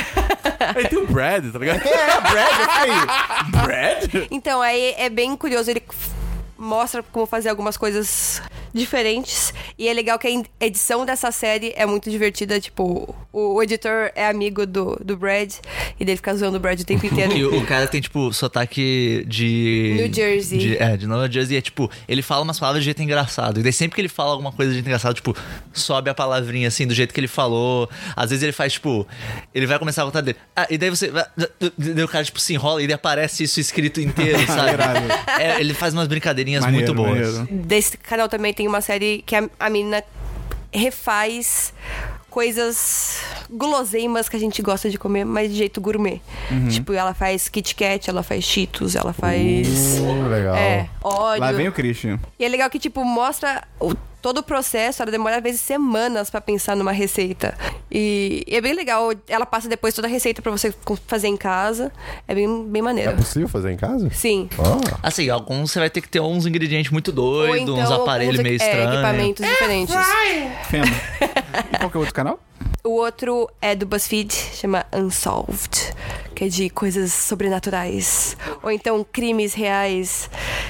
Aí tem o Brad, tá ligado?
É, Brad, eu fiquei.
Brad?
Então, aí é bem curioso, ele f- mostra como fazer algumas coisas diferentes. E é legal que a in- edição dessa série é muito divertida, tipo, o, o editor é amigo do, do Brad e dele fica zoando o Brad o tempo inteiro.
E o o cara tem, tipo, sotaque de.
New Jersey.
de- é, de Nova Jersey. É tipo, ele fala umas palavras de jeito engraçado. E daí sempre que ele fala alguma coisa de jeito engraçado, tipo, sobe a palavrinha assim, do jeito que ele falou. Às vezes ele faz, tipo, ele vai começar a contar dele. Ah, e daí você. vai- Daí o cara, tipo, se enrola e daí aparece isso escrito inteiro, sabe?
Irado.
É, ele faz umas brincadeirinhas
Maneiro,
muito boas.
maneiro.
Desse canal também tem uma série que a, a menina refaz coisas guloseimas que a gente gosta de comer, mas de jeito gourmet. Tipo, ela faz Kit Kat, ela faz Cheetos, ela faz.
legal.
É, óleo.
Lá vem o Christian.
E é legal que, tipo, mostra o- todo o processo. Ela demora, às vezes, semanas pra pensar numa receita. E, e é bem legal. Ela passa depois toda a receita pra você co- fazer em casa. É bem, bem
É
maneiro.
possível fazer em casa?
Sim.
Ah,
Assim, alguns você vai ter que ter uns ingredientes muito doidos, uns
então alguns
aparelhos
equi-
meio estranhos.
É, equipamentos diferentes.
Fema. e qual que é o outro canal?
O outro é do BuzzFeed, chama Unsolved, que é de coisas sobrenaturais. Ou então crimes reais.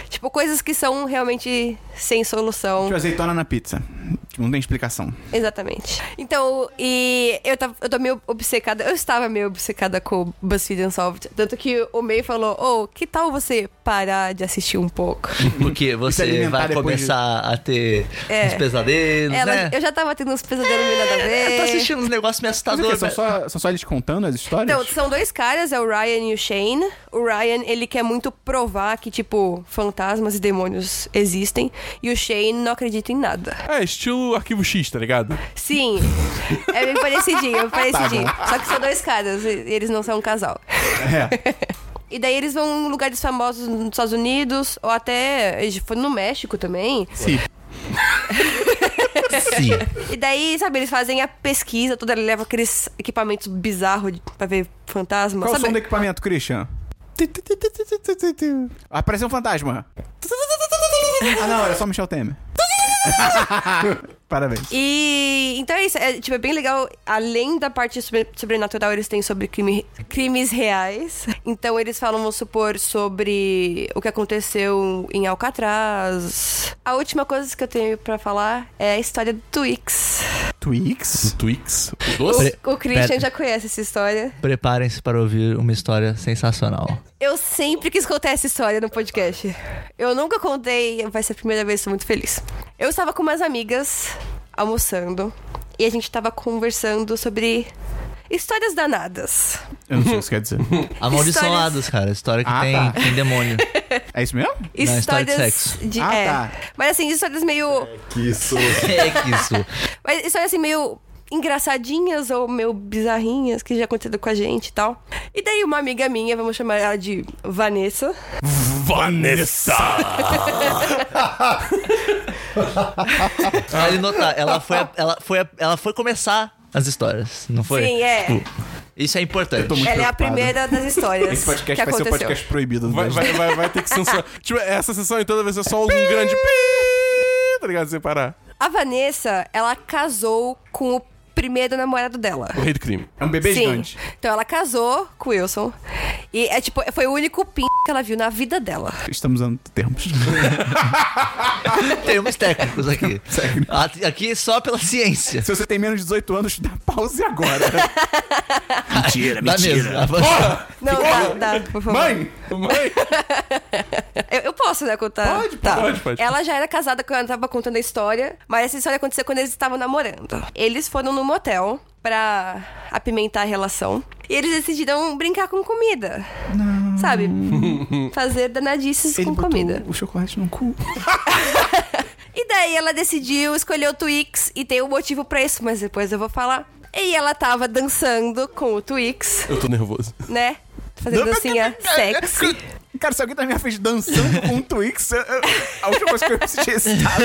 Tipo, coisas que são realmente sem solução.
Tipo, azeitona na pizza. Tipo, não tem explicação.
Exatamente. Então, e eu, tava, eu tô meio obcecada, eu estava meio obcecada com o BuzzFeed Unsolved. Tanto que o May falou, ô, que tal você parar de assistir um pouco?
Porque você
alimentar
vai
depois
começar a ter
É.
uns pesadelos,
Ela,
né? É,
Eu já tava tendo uns pesadelos meio nada a
Eu tô
ver.
assistindo uns negócios meio
Mas o quê?
assustadores.
São só, são só eles contando as histórias?
Então, são dois caras, é o Ryan e o Shane. O Ryan, ele quer muito provar que, tipo, fantasmas e demônios existem. E o Shane não acredita em nada.
É, estilo arquivo X, tá ligado?
Sim, é bem parecidinho, é
Tá
parecidinho. Só que são dois caras, e eles não são um casal.
É.
E daí eles vão em lugares famosos nos Estados Unidos, ou até. eles foram no México também.
Sim.
Sim.
E daí, sabe, eles fazem a pesquisa toda, ele leva aqueles equipamentos bizarros de- pra ver fantasma.
Qual o
sabe?
som do equipamento, Christian? Apareceu um fantasma. Ah, não, era só Michel Temer. Parabéns.
E então é isso, é, tipo, é bem legal. Além da parte sobre- sobrenatural, eles têm sobre crime- crimes reais. Então eles falam, vamos supor, sobre o que aconteceu em Alcatraz. A última coisa que eu tenho pra falar é a história do Twix.
Twix?
Twix. O doce?
O, o Christian
Pera.
já conhece essa história.
Preparem-se para ouvir uma história sensacional.
Eu sempre quis contar essa história no podcast. Eu nunca contei, vai ser a primeira vez, tô muito feliz. Eu estava com umas amigas almoçando e a gente tava conversando sobre histórias danadas.
Eu não sei o que isso quer dizer.
Amaldiçoados, cara. História que
Ah,
tem,
tá.
tem demônio.
É isso mesmo?
Não, história de
Histórias
sexo.
de.
Ah,
é.
tá.
Mas assim, histórias meio.
que isso.
É que isso.
Mas histórias assim, meio engraçadinhas ou meio bizarrinhas que já aconteceram com a gente e tal. E daí uma amiga minha, vamos chamar ela de Vanessa.
Vanessa!
Ah.
Vale notar, ela foi, a- ela, foi a- ela foi começar as histórias, não foi?
Sim, é.
Isso é importante.
muito
Ela é a
preocupado.
primeira das histórias.
Esse podcast
que
vai ser o
aconteceu.
podcast proibido. do
Vai,
Brasil.
vai, vai, vai ter que censurar. tipo, essa sessão então vai ser só um grande. pi, Tá ligado? Separar.
A Vanessa, ela casou com o primeiro namorado dela.
O rei do crime.
É um bebê
Sim.
gigante.
Então ela casou com o Wilson. E é tipo, foi o único pin que ela viu na vida dela.
Estamos usando termos.
Termos técnicos aqui. A- Aqui é só pela ciência.
Se você tem menos de 18 anos, dá pause agora. mentira,
Dá mesmo. Avança.
Não, tá, dá, dá, por favor.
Mãe!
Mãe!
Eu, eu posso, né, contar?
Pode,
tá.
pode, pode.
Ela já era casada quando ela tava contando a história, mas essa história aconteceu quando eles estavam namorando. Eles foram num motel pra apimentar a relação. E eles decidiram brincar com comida. Sabe? Fazer danadices com comida.
o chocolate no cu.
E daí ela decidiu escolher o Twix e tem um motivo pra isso, mas depois eu vou falar. E ela tava dançando com o Twix,
Eu tô nervoso.
né? Fazendo dancinha sexy.
Cara, se alguém da minha frente dançando com um Twix, eu- eu- a última coisa que eu preciso excitado,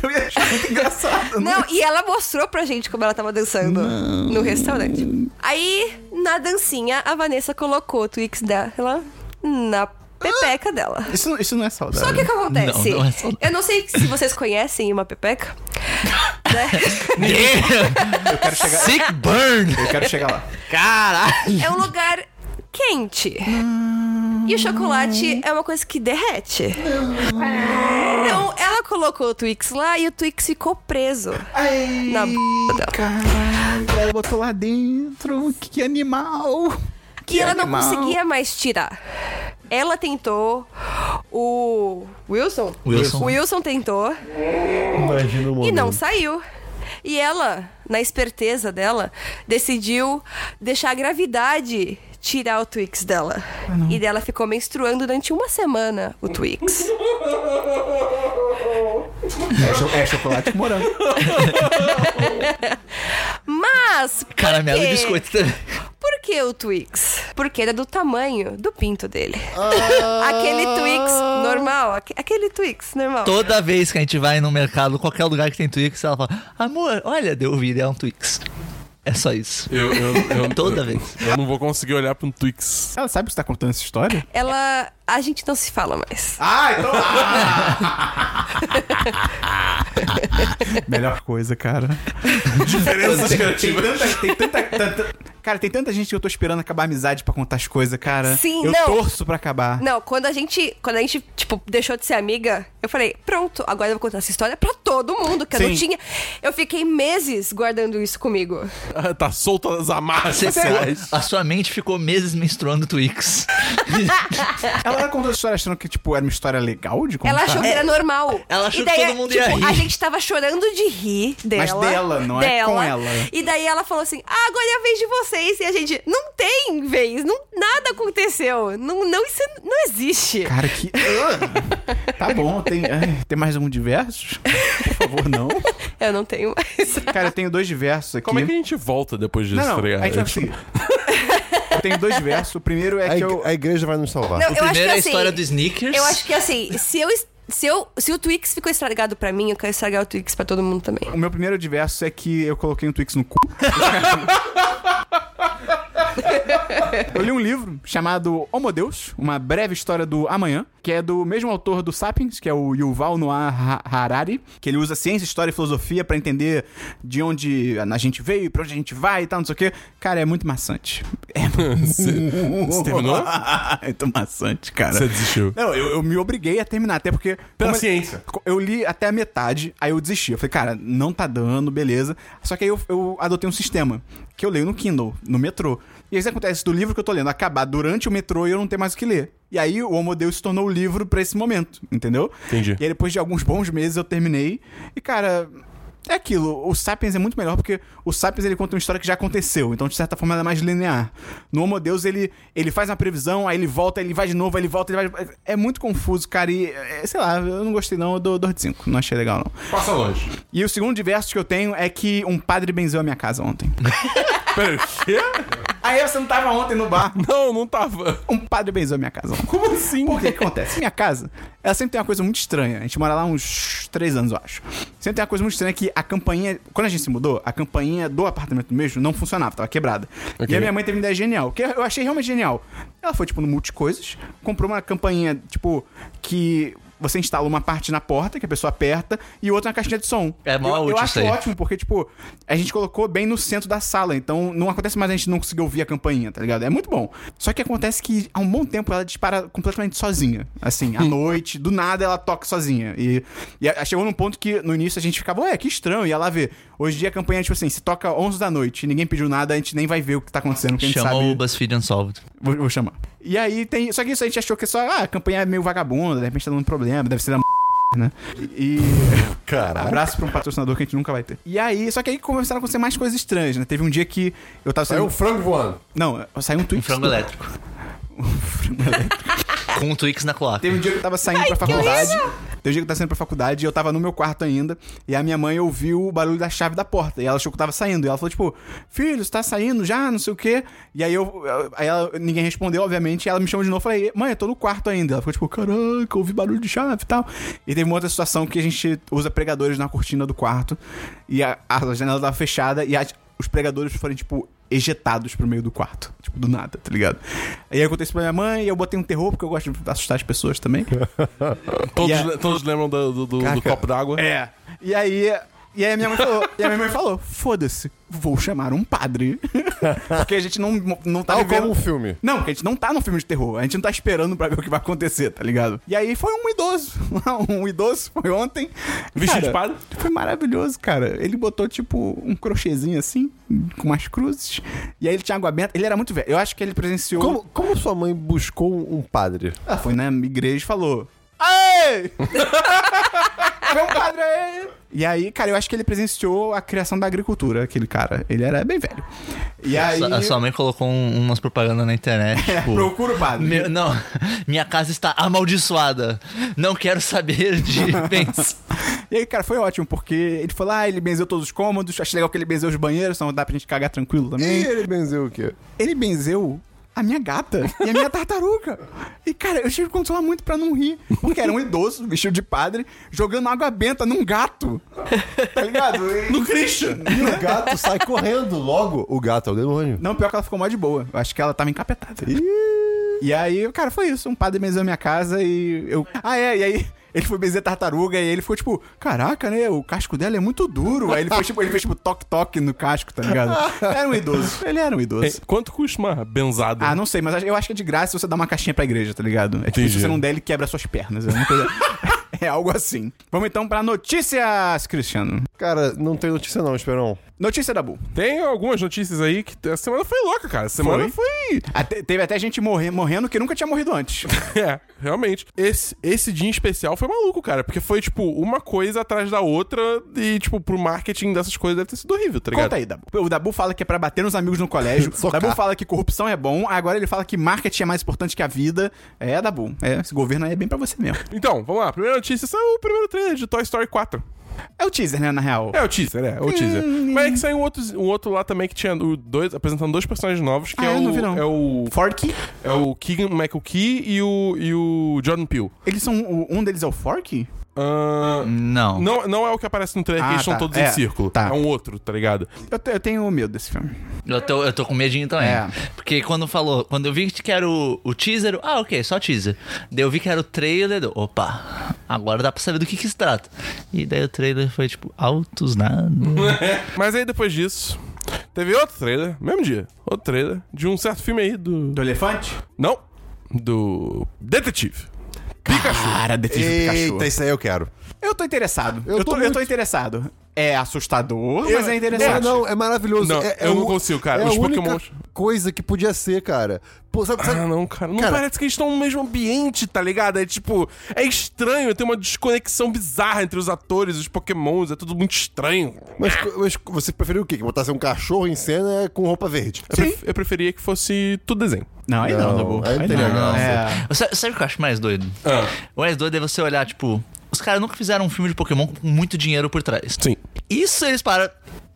eu ia achar muito engraçado.
Não, e ela mostrou pra gente como ela tava dançando no restaurante. Aí, na dancinha, a Vanessa colocou o Twix dela na pepeca dela.
Isso, isso não é saudável.
Só que o que acontece?
Não, não é só-
Eu não sei se vocês conhecem uma pepeca. né?
Eu quero chegar,
Sick burn.
eu quero chegar lá.
Caralho.
É um lugar quente. E o chocolate é uma coisa que derrete. Então, ela colocou o Twix lá e o Twix ficou preso.
Ai,
Na b- dela.
caralho, ela botou lá dentro. Que animal.
que ela não
animal.
conseguia mais tirar. Ela tentou, o Wilson,
Wilson.
o Wilson tentou
Imagina o
e
momento.
não saiu. E ela, na esperteza dela, decidiu deixar a gravidade tirar o Twix dela. E dela ficou menstruando durante uma semana o Twix.
É, cho- é chocolate com morango.
Mas. por
Caramelo e
quê?
biscoito também.
Por que o Twix? Porque era do tamanho do pinto dele. aquele Twix normal. aque- Aquele Twix normal.
Toda vez que a gente vai no mercado, qualquer lugar que tem Twix, ela fala: Amor, olha, deu vida, é um Twix. É só isso.
Eu, eu, eu-
Toda
eu-
vez.
Eu não vou conseguir olhar pra um Twix.
Ela sabe que você tá contando essa história?
Ela. A gente não se fala mais.
Ah, então.
Ah, então tá.
Melhor coisa, cara.
Diferenças
Tem
criativas.
tanta, tem tanta, tanta- Cara, tem tanta gente que eu tô esperando acabar a amizade pra contar as coisas, cara.
Sim,
eu
não.
torço pra acabar.
Não, quando a gente. Quando a gente, tipo, deixou de ser amiga, eu falei, pronto, agora eu vou contar essa história pra todo mundo, que eu não
Sim.
tinha. Eu fiquei meses guardando isso comigo.
Ah, tá solta das amarras é
Você-
é
sociais.
a sua mente ficou meses menstruando Twix.
Ela contou essa história achando que, tipo, era uma história legal de contar.
Ela achou que era normal.
É, Ela achou
E
que
daí,
todo mundo
tipo,
ia rir.
A gente tava chorando de rir dela.
Mas dela, não é com ela.
E daí ela falou assim: ah, agora é a vez de vocês. E a gente, não tem vez, não, nada aconteceu. Não, não, isso não existe.
Cara, que. tá bom, tem. ai, tem mais um diversos? Por favor, não.
Eu não tenho mais.
Cara, eu tenho dois diversos aqui.
Como é que a gente volta depois disso,
Não,
tá
não.
ligado?
A gente vai assim. Eu tenho dois versos. O primeiro é
A,
que
ig-
eu.
a igreja vai nos salvar.
Não, eu acho que
Primeiro é a
assim,
história do Snickers.
Eu acho que assim, se eu. Se, eu, se o Twix ficou estragado pra mim, eu quero estragar o Twix pra todo mundo também.
O meu primeiro diverso é que eu coloquei um Twix no cu. eu li um livro chamado Homo Deus, uma breve história do amanhã, que é do mesmo autor do Sapiens, que é o Yuval Noah Ha- Harari, que ele usa ciência, história e filosofia pra entender de onde a gente veio, pra onde a gente vai e tal, não sei o quê. Cara, é muito maçante. É
você terminou?
é muito maçante, cara.
Você desistiu.
Não, eu, eu me obriguei a terminar, até porque. como
Pela
é eu-
ciência.
Eu li até a metade, aí eu desisti. Eu falei, cara, não tá dando, beleza. Só que aí eu, eu adotei um sistema que eu leio no Kindle, no metrô. E aí isso acontece do livro que eu tô lendo acabar durante o metrô e eu não ter mais o que ler. E aí o Homo Deus se tornou o livro pra esse momento, entendeu?
Entendi.
E aí depois de alguns bons meses eu terminei. E cara. É aquilo, o Sapiens é muito melhor porque o Sapiens ele conta uma história que já aconteceu, então de certa forma ela é mais linear. No Homo Deus ele, ele faz uma previsão, aí ele volta, ele vai de novo, aí ele volta, ele vai. É muito confuso, cara, e é, sei lá, eu não gostei não, eu dou 2 de 5, não achei legal não.
Passa longe.
E o segundo diverso que eu tenho é que um padre benzeu a minha casa ontem.
Peraí, o quê?
aí você não tava ontem no bar?
Não, tá, não tava.
Um padre benzeu a minha casa ontem.
Como assim?
Por que que acontece? Minha casa, ela sempre tem uma coisa muito estranha. A gente mora lá há uns três anos, eu acho. Sempre tem uma coisa muito estranha que a campainha... Quando a gente se mudou, a campainha do apartamento mesmo não funcionava, tava quebrada. E a minha mãe teve uma ideia genial, que eu achei realmente genial. Ela foi, tipo, no Multicoisas, comprou uma campainha, tipo, que... Você instala uma parte na porta, que a pessoa aperta, e outra na caixinha de som.
É mó
eu, eu
útil isso
acho
aí.
ótimo, porque, tipo, a gente colocou bem no centro da sala, então não acontece mais a gente não conseguir ouvir a campainha, tá ligado? É muito bom. Só que acontece que há um bom tempo ela dispara completamente sozinha. Assim, à noite, do nada ela toca sozinha. E, e a- chegou num ponto que no início a gente ficava, ué, que estranho. E ela vê. Hoje em dia a campanha, tipo assim, se toca 11 da noite e ninguém pediu nada, a gente nem vai ver o que tá acontecendo, porque a gente
Chama
sabe.
o BuzzFeed Unsolved.
Vou, vou chamar. E aí tem. Só que isso a gente achou que só. Ah, a campanha é meio vagabunda, de repente tá dando problema, deve ser da. Né? E.
Caralho.
Abraço pra um patrocinador que a gente nunca vai ter. E aí, só que aí começaram a acontecer mais coisas estranhas, né? Teve um dia que eu tava
Saiu
saindo.
um frango voando.
Não, saiu um Twix.
Um frango elétrico. Com um Twix na cloaca.
Um Teve um dia que eu tava saindo pra faculdade. Teve um dia que eu tava saindo pra faculdade e eu tava no meu quarto ainda. E a minha mãe ouviu o barulho da chave da porta. E ela achou que eu tava saindo. E ela falou, tipo, filho, você tá saindo já? Não sei o quê. E aí eu. Aí ela- ninguém respondeu, obviamente. E ela me chamou de novo e falei, mãe, eu tô no quarto ainda. Ela ficou, tipo, caraca, ouvi barulho de chave e tal. E teve uma outra situação que a gente usa pregadores na cortina do quarto. E a, a janela tava fechada e as- os pregadores foram, tipo, ejetados pro meio do quarto. Tipo, do nada, tá ligado? E aí aconteceu pra minha mãe, e eu botei um terror, porque eu gosto de assustar as pessoas também.
Todos,
Yeah.
le- todos lembram do, do- do- do
Caraca.
copo d'água?
É. E aí. E aí a minha mãe falou, e a minha mãe falou, foda-se, vou chamar um padre. porque a gente não, não tá
Tal
vivendo...
como um filme.
Não, porque a gente não tá num filme de terror, a gente não tá esperando pra ver o que vai acontecer, tá ligado? E aí foi um idoso, um idoso, foi ontem.
Vestido de
Cara,
padre?
foi maravilhoso, cara. Ele botou, tipo, um crochêzinho assim, com umas cruzes, e aí ele tinha água benta, ele era muito velho, eu acho que ele presenciou...
Como, como sua mãe buscou um padre?
Ela foi na igreja e falou: Aê! Vem um padre aí! E aí, cara, eu acho que ele presenciou a criação da agricultura, aquele cara. Ele era bem velho. E aí. É,
Sua- A sua mãe colocou um- umas propagandas na internet, tipo...
Procura o padre.
"Meu- não, minha casa está amaldiçoada. Não quero saber de bens.
E aí, cara, foi ótimo, porque ele falou: ah, ele benzeu todos os cômodos, achei legal que ele benzeu os banheiros, então dá pra gente cagar tranquilo também.
E ele benzeu o quê?
ele benzeu a minha gata e a minha tartaruga. E, cara, eu tive que controlar muito pra não rir. Porque era um idoso, vestido de padre, jogando água benta num gato. Tá ligado?
No Christian!
E o gato sai correndo logo. O gato é o demônio.
Não, pior que ela ficou mó de boa. Eu acho que ela tava encapetada. E aí, cara, foi isso. Um padre benzeu a minha casa e eu. Ah, é, e aí. Ele foi benzer a tartaruga e aí ele ficou tipo, caraca, né? O casco dela é muito duro. Aí ele fez tipo, ele fez tipo toque-toque no casco, tá ligado? Era um idoso. Ele era um
É,
idoso.
quanto custa uma benzada?
Ah, não sei, mas eu acho que é de graça se você dá uma caixinha pra igreja, tá ligado? É tipo,
Entendi.
se você não der, ele quebra suas pernas. É, uma coisa- é algo assim. Vamos então pra notícias, Cristiano.
Cara, não tem notícia não, Esperão.
Notícia da Bu.
Tem algumas notícias aí que a semana foi louca, cara. A semana foi.
Até- teve até gente morre- morrendo que nunca tinha morrido antes.
É, realmente. Esse, esse dia em especial foi maluco, cara. Porque foi, tipo, uma coisa atrás da outra. E, tipo, pro marketing dessas coisas deve ter sido horrível, tá ligado?
Conta aí, Dabu. O Dabu fala que é pra bater nos amigos no colégio. O
Socar.
Dabu fala que corrupção é bom. Agora ele fala que marketing é mais importante que a vida. É, Dabu. É, esse governo aí é bem pra você mesmo.
Então, vamos lá. Primeira notícia, saiu o primeiro trailer de Toy Story 4.
É o teaser, né, na real.
É o teaser, é, é o teaser.
Hum.
Mas é que saiu um outro, um outro lá também que tinha o dois, apresentando dois personagens novos, que
Ah,
é,
eu
o,
não vi, não.
é o.
Fork?
É o Keegan Michael Key e o, e o Jordan Peele.
Eles são. o- Um deles é o Fork?
Ahn,
Não.
não, não é o que aparece no trailer,
Ah,
que eles
tá.
estão todos
É,
em círculo.
tá.
É um outro, tá ligado?
Eu, te- eu tenho medo desse filme.
Eu tô, eu tô com medinho também.
É.
Porque quando falou, quando eu vi que era o, o teaser, eu, ah, ok, só teaser. Daí eu vi que era o trailer, eu, opa, agora dá pra saber do que que se trata. E daí o trailer foi tipo, altos nada.
Mas aí depois disso, teve outro trailer, mesmo dia, outro trailer, de um certo filme aí do.
Do elefante?
Não! Do. Detetive.
Cara, detetive
Eita,
Pikachu.
isso aí eu quero.
Eu tô interessado.
é Eu
Eu,
tô
tô, eu tô interessado. É assustador, mas é
É,
interessante.
não, é maravilhoso.
Não,
é, é
eu não
o-
consigo, cara.
É
Os
a única
Pokémons-
coisa que podia ser, cara. Pô, sabe, sabe-
Ah, não, cara. Não
Cara-
parece que eles estão no mesmo ambiente, tá ligado? É tipo. É estranho, tem uma desconexão bizarra entre os atores, os Pokémons, é tudo muito estranho.
Mas, mas você preferiu o quê? Que botasse um cachorro em cena com roupa verde.
Eu, pref- eu preferia que fosse tudo desenho.
Não, aí não,
Não,
Dabu.
aí não tem graça.
É.
Sabe, sabe o que eu acho mais doido?
Ah.
O mais doido é você olhar, tipo, os caras nunca fizeram um filme de Pokémon com muito dinheiro por trás.
Sim.
Isso eles param.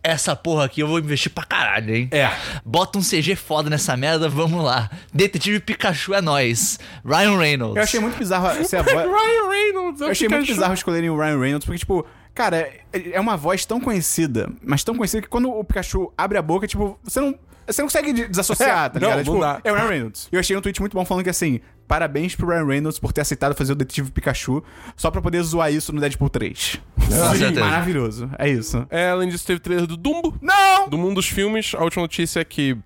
Essa porra aqui eu vou investir pra caralho, hein?
É.
Bota um CG foda nessa merda, vamos lá. Detetive Pikachu é nós. Ryan Reynolds.
Eu achei muito bizarro ser a voz.
Ryan Reynolds,
Eu achei muito bizarro escolherem o Ryan Reynolds, porque, tipo, cara, é uma voz tão conhecida, mas tão conhecida que quando o Pikachu abre a boca, tipo, você não. Você não consegue de- desassociar,
É,
tá
não,
ligado?
não
tipo,
dá.
é o Ryan Reynolds. Eu achei um tweet muito bom falando que assim, parabéns pro Ryan Reynolds por ter aceitado fazer o detetive Pikachu só pra poder zoar isso no Deadpool 3.
É, Com
Sim,
certeza.
maravilhoso. É isso.
É, além disso, teve trailer do Dumbo.
Não!
Do mundo dos filmes, a última notícia é que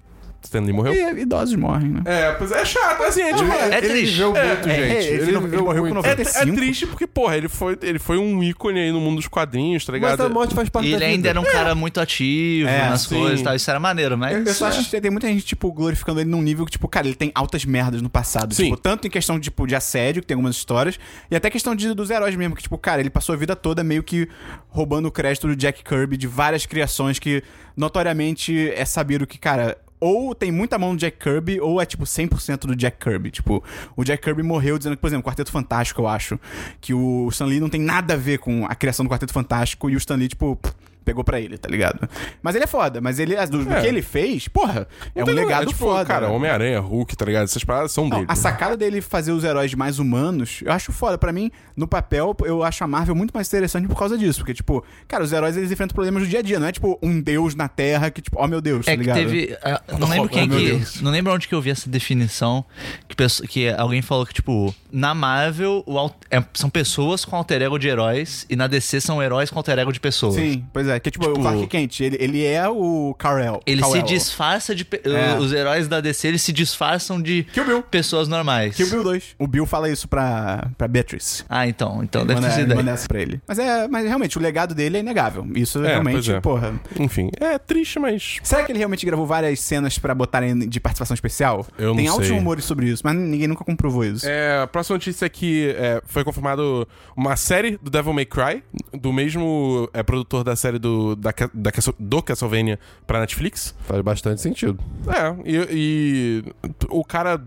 Stanley morreu.
E idosos morrem, né?
É, pois é chato, assim, é, tipo, é,
É triste.
muito,
É,
gente.
é, ele não- ele morreu com
É, é
95.
triste porque, porra, ele foi, ele foi um ícone aí no mundo dos quadrinhos, tá ligado?
Mas a morte faz parte
E
da
ele ainda
vida.
era um cara muito ativo
É,
nas
sim.
coisas e tal. Isso era maneiro, mas.
Eu só acho que tem muita gente, tipo, glorificando ele num nível que, tipo, cara, ele tem altas merdas no passado.
Sim.
Tipo, tanto em questão, tipo, de assédio, que tem algumas histórias, e até questão de, dos heróis mesmo, que, tipo, cara, ele passou a vida toda meio que roubando o crédito do Jack Kirby de várias criações que, notoriamente, é sabido que, cara... Ou tem muita mão do Jack Kirby, ou é tipo 100% do Jack Kirby. Tipo, o Jack Kirby morreu dizendo que, por exemplo, Quarteto Fantástico, eu acho, que o Stan Lee não tem nada a ver com a criação do Quarteto Fantástico, e o Stan Lee, tipo, pff, pegou pra ele, tá ligado? Mas ele é foda, mas ele, as- do, do
É.
que ele fez, porra, é
Não tem
um
nada,
legado
tipo,
foda.
Cara, Homem-Aranha, Hulk, tá ligado? Essas paradas são
Não,
dele.
a sacada dele fazer os heróis mais humanos, eu acho foda. Pra mim, no papel, eu acho a Marvel muito mais interessante por causa disso. Porque, tipo, cara, os heróis eles enfrentam problemas do dia a dia, não é tipo um deus na Terra que, tipo, ó meu Deus, tá
É que
ligado?
teve. ah, Não
Oh,
lembro quem
meu
que. Não lembro onde que eu vi essa definição. Que, pesso- que alguém falou que, tipo, na Marvel o al- é- são pessoas com alter ego de heróis e na DC são heróis com alter ego de pessoas.
Sim, pois é, é. Que é tipo, o Clark Kent, ele, ele é o Carell.
Ele se
Kal-El.
disfarça de. pe-
É.
Os heróis da DC eles se disfarçam de
Kill Bill.
pessoas normais.
Kill Bill 2. O Bill fala isso pra, pra Beatrice.
Ah, então. Então deve
manda,
ter sido
ele
ideia.
manda essa pra ele. Mas é, mas realmente, o legado dele é inegável. Isso
É, pois
realmente,
é.
porra.
Enfim, é triste, mas.
Será que ele realmente gravou várias cenas pra botarem de participação especial?
Eu não
Tem altos
sei.
rumores sobre isso, mas ninguém nunca comprovou isso.
É, a próxima notícia é que é, foi confirmado uma série do Devil May Cry, do mesmo é, produtor da série do, da, Ca- da Castle- do Castlevania pra Netflix.
Faz bastante sentido.
É, e, e o cara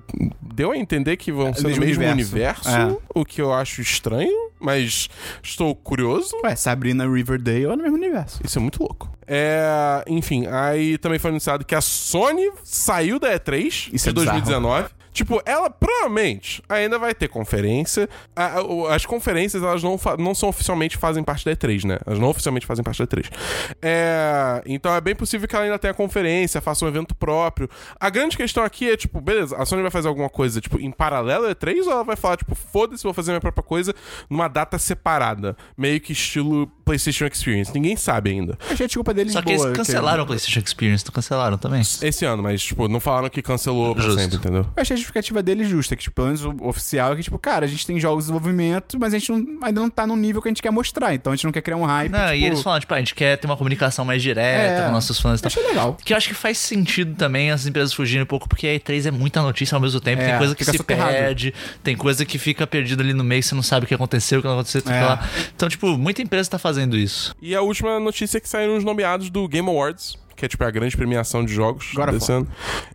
deu a entender que vão ser do
É, mesmo
mesmo universo,
universo. É.
o que eu acho estranho, mas estou curioso.
Ué, Sabrina Riverdale é no mesmo universo.
Isso é muito louco. É, enfim, aí também foi anunciado que a Sony saiu da E3
Isso
de
é bizarro.
2019. Tipo, ela provavelmente ainda vai ter conferência. A- a- o- as conferências, elas não, fa- não são oficialmente fazem parte da E3, né? Elas não oficialmente fazem parte da E3. É, então é bem possível que ela ainda tenha conferência, faça um evento próprio. A grande questão aqui é, tipo, beleza, a Sony vai fazer alguma coisa, tipo, em paralelo à E3 ou ela vai falar, tipo, foda-se, vou fazer minha própria coisa numa data separada? Meio que estilo PlayStation Experience. Ninguém sabe ainda.
Achei a desculpa deles
Só que
boa.
eles cancelaram o PlayStation Experience, não cancelaram também.
Esse ano, mas, tipo, não falaram que cancelou pra
Justo.
sempre, entendeu?
Eu achei a justificativa dele justa, que, tipo, pelo menos o oficial é que, tipo, cara, a gente tem jogos em desenvolvimento, mas a gente não- ainda não tá num nível que a gente quer mostrar, então a gente não quer criar um hype.
Não,
tipo,
e eles falam, tipo, ah, a gente quer ter uma comunicação mais direta
É.
com nossos fãs e tal.
Achei legal.
Que eu acho que faz sentido também as empresas fugirem um pouco, porque a E3 é muita notícia ao mesmo tempo.
É,
tem coisa que
fica
se
soterrado.
perde, tem coisa que fica perdida ali no meio, você não sabe o que aconteceu, o que não aconteceu, tudo
É.
lá. Então, tipo, muita empresa tá fazendo isso.
E a última notícia é que saíram os nomeados do Game Awards, que é tipo a grande premiação de jogos
Agora
desse
fala.
ano.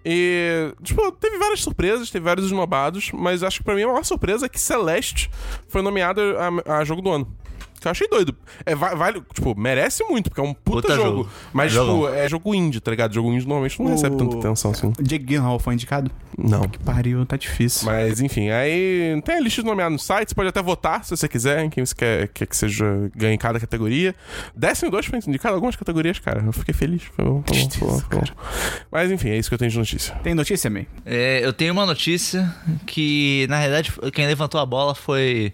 E, tipo, teve várias surpresas, teve vários nomeados, mas acho que pra mim a maior surpresa é que Celeste foi nomeada a, a jogo do ano. Que eu achei doido. É, va- vale, tipo, merece muito, porque é um puta,
Puta
jogo.
jogo.
Mas,
Jogão.
tipo, é jogo indie, tá ligado? Jogo indie normalmente não
O-
recebe tanta atenção assim.
Jake Gyllenhaal foi indicado?
Não.
Pariu, tá difícil.
Mas enfim, aí tem a lista de nomeados no site, você pode até votar se você quiser, em quem você quer, quer que seja ganhe em cada categoria. Décimo e dois foi indicado algumas categorias, cara. Eu fiquei feliz. Foi bom, foi bom, foi bom, foi bom. Mas enfim, é isso que eu tenho de notícia.
Tem notícia, May?
É, eu tenho uma notícia que, na realidade, quem levantou a bola foi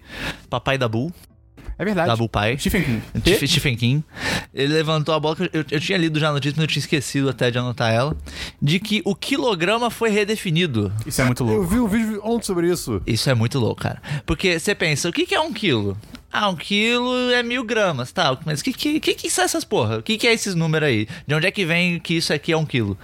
Papai da Bull,
É verdade.
da Bull É Pai.
Stephen King.
Stephen- Stephen King. Ele levantou a bola, que eu, eu tinha lido já a notícia, mas eu tinha esquecido até de anotar ela, de que o quilograma foi redefinido.
Isso é muito louco.
Eu vi um vídeo ontem sobre isso.
Isso é muito louco, cara. Porque você pensa, o que, que é um quilo? Ah, um quilo é mil gramas, tá? Mas o que, que, que, que são essas porra? O que, que é esses números aí? De onde é que vem que isso aqui é um quilo?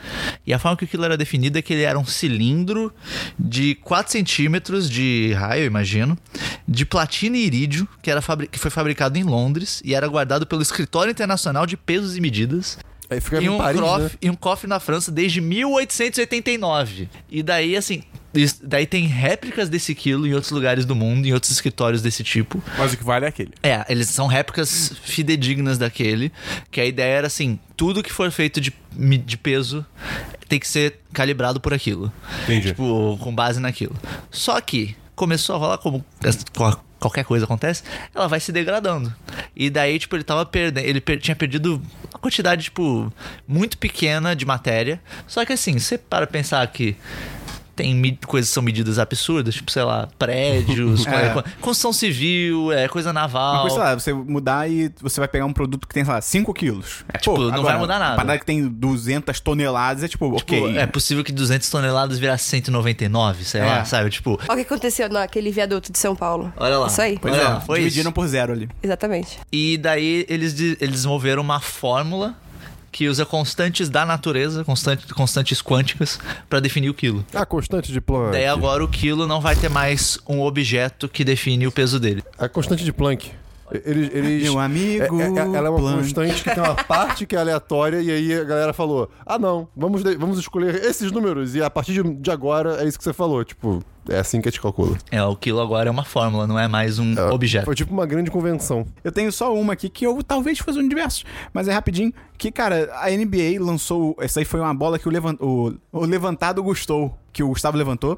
E a forma que o quilo era definido é que ele era um cilindro de 4 centímetros de raio, eu imagino, de platina e irídio, que, era fabri- que foi fabricado em Londres e era guardado pelo Escritório Internacional de Pesos e Medidas
Aí fica
e
em
um,
Paris,
crof-
né?
e um cofre na França desde 1889. E daí, assim, isso- daí tem réplicas desse quilo em outros lugares do mundo, em outros escritórios desse tipo.
Mas o que vale é aquele.
É, eles são réplicas fidedignas daquele, que a ideia era assim, tudo que for feito de, mi- de peso tem que ser calibrado por aquilo.
Entendi.
Tipo, com base naquilo. Só que começou a rolar como essa- qual- qualquer coisa acontece, ela vai se degradando. E daí, tipo, ele tava perdendo, ele per- tinha perdido uma quantidade, tipo, muito pequena de matéria. Só que assim, você para pensar que tem mi- coisas que são medidas absurdas, tipo, sei lá, prédios, qualquer coisa. construção civil, é, coisa
Uma
naval.
coisa, sei lá, você mudar e você vai pegar um produto que tem, sei lá, 5 quilos. É,
Tipo, não vai mudar nada.
Uma parada que tem 200 toneladas é tipo,
Tipo,
ok.
É possível que 200 toneladas virar 199, sei lá,
É.
sabe? Tipo,
Olha o que aconteceu naquele viaduto de São Paulo.
olha lá.
Isso aí.
Pois
olha
é,
lá, foi isso.
dividiram por zero ali.
Exatamente.
E daí eles, de- eles desenvolveram uma fórmula que usa constantes da natureza, constante, constantes quânticas, pra definir o quilo.
Ah, constante de Planck.
Daí agora o quilo não vai ter mais um objeto que define o peso dele.
A constante de Planck. Eles, eles...
Meu amigo.
É, é- é- ela é uma
Planck.
constante que tem uma parte que é aleatória e aí a galera falou: ah, não, vamos, de- vamos escolher esses números e a partir de- de agora é isso que você falou. Tipo, é assim que a gente calcula.
É, o quilo agora é uma fórmula, não é mais um objeto.
Foi tipo uma grande convenção.
Eu tenho só uma aqui que eu talvez fosse um universo, mas é rapidinho. Que, cara, a NBA lançou. Essa aí foi uma bola que o, levan- o- o levantado gostou, que o Gustavo levantou.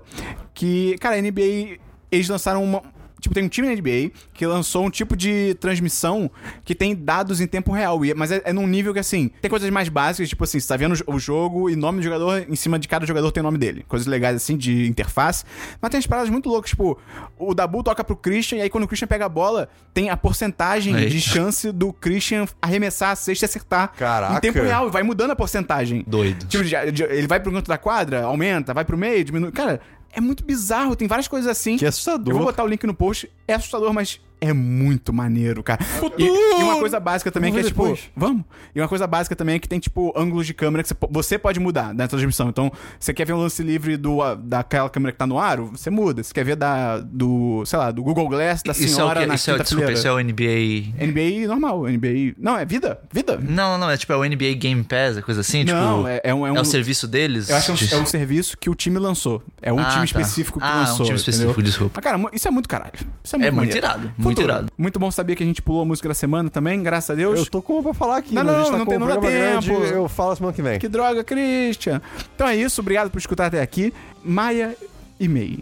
Que, cara, a NBA, eles lançaram uma. Tipo, tem um time na NBA que lançou um tipo de transmissão que tem dados em tempo real. e- Mas é, é num nível que, assim, tem coisas mais básicas, tipo assim, você tá vendo o jogo e nome do jogador, em cima de cada jogador tem o nome dele. Coisas legais, assim, de interface. Mas tem umas paradas muito loucas, tipo, o Dabu toca pro Christian e aí quando o Christian pega a bola, tem a porcentagem
Aí.
de chance do Christian arremessar a cesta e acertar.
Caraca.
Em tempo real, e vai mudando a porcentagem.
Doido.
Tipo, já- já- ele vai pro canto da quadra, aumenta, vai pro meio, diminui. Cara, é muito bizarro, tem várias coisas assim.
Que é assustador.
Eu vou botar o link no post. É assustador, mas é muito maneiro, cara. E, e uma coisa básica também que é
Vamos ver
tipo.
depois.
Vamos? E uma coisa básica também é que tem, tipo, ângulos de câmera que você, po- você pode mudar na transmissão. Então, você quer ver um lance livre do, a- daquela câmera que tá no aro, você muda. Você quer ver da, do, sei lá, do Google Glass da
Isso é o
senhora
que?
assim, na
Isso é,
quinta
desculpa, isso é
fileira.
o NBA.
NBA normal, NBA. Não, é vida? Vida?
Não, não, não. É tipo, é o NBA Game Pass, é coisa assim?
Não,
tipo,
é- é um- é um-
o serviço deles?
Eu acho que é um, é um serviço que o time lançou. É um
Ah,
time
tá.
específico que
Ah, um
lançou.
time específico,
entendeu?
desculpa.
Mas, cara, mu- isso é muito caralho. Isso é muito,
É muito
maneiro.
irado, muito irado.
Muito bom saber que a gente pulou a música da semana também, graças a Deus.
Eu tô com pra falar aqui.
Não,
mas a gente
não,
tá
não
com
tem-
um
não dá
programa
tempo.
grande, Eu falo semana que vem.
Que droga, Christian. Então é isso, obrigado por escutar até aqui. Maia e Mei.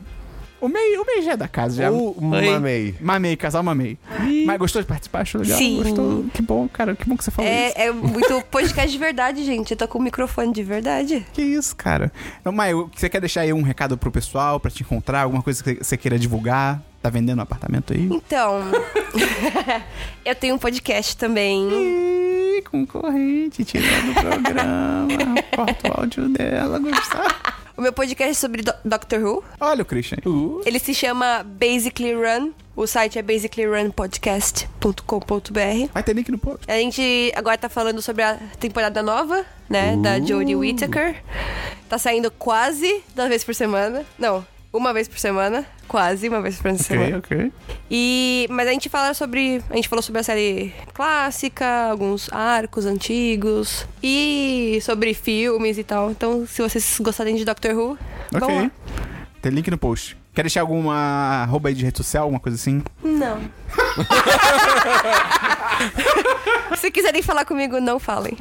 O Mei, o Mei já é da casa, já.
Ou mamei.
Mamei, casal mamei. Mas gostou de participar? Achou legal?
Sim.
Gostou? Que bom, cara. Que bom que você falou isso.
É, é muito podcast de verdade, gente. Eu tô com o microfone de verdade.
Que isso, cara. Então, Maia, o- você quer deixar aí um recado pro pessoal, pra te encontrar, alguma coisa que você queira divulgar? Tá vendendo um apartamento aí?
Então, eu tenho um podcast também.
Ih, concorrente, tirou do programa. Corta o áudio dela, Gustavo.
O meu podcast é sobre Do- Doctor Who.
Olha o Christian.
Ele se chama Basically Run. O site é basicallyrunpodcast.com.br.
Vai ter link no post.
A gente agora tá falando sobre a temporada nova, né? Da Jodie Whittaker. Tá saindo quase duas vezes por semana. Não, uma vez por semana. Quase uma vez por semana.
ok.
E, mas a gente fala sobre. A gente falou sobre a série clássica, alguns arcos antigos e sobre filmes e tal. Então, se vocês gostarem de Doctor Who, vão
Ok.
lá.
Tem link no post. Quer deixar alguma arroba aí de rede social, alguma coisa assim?
Não. se quiserem falar comigo, não falem.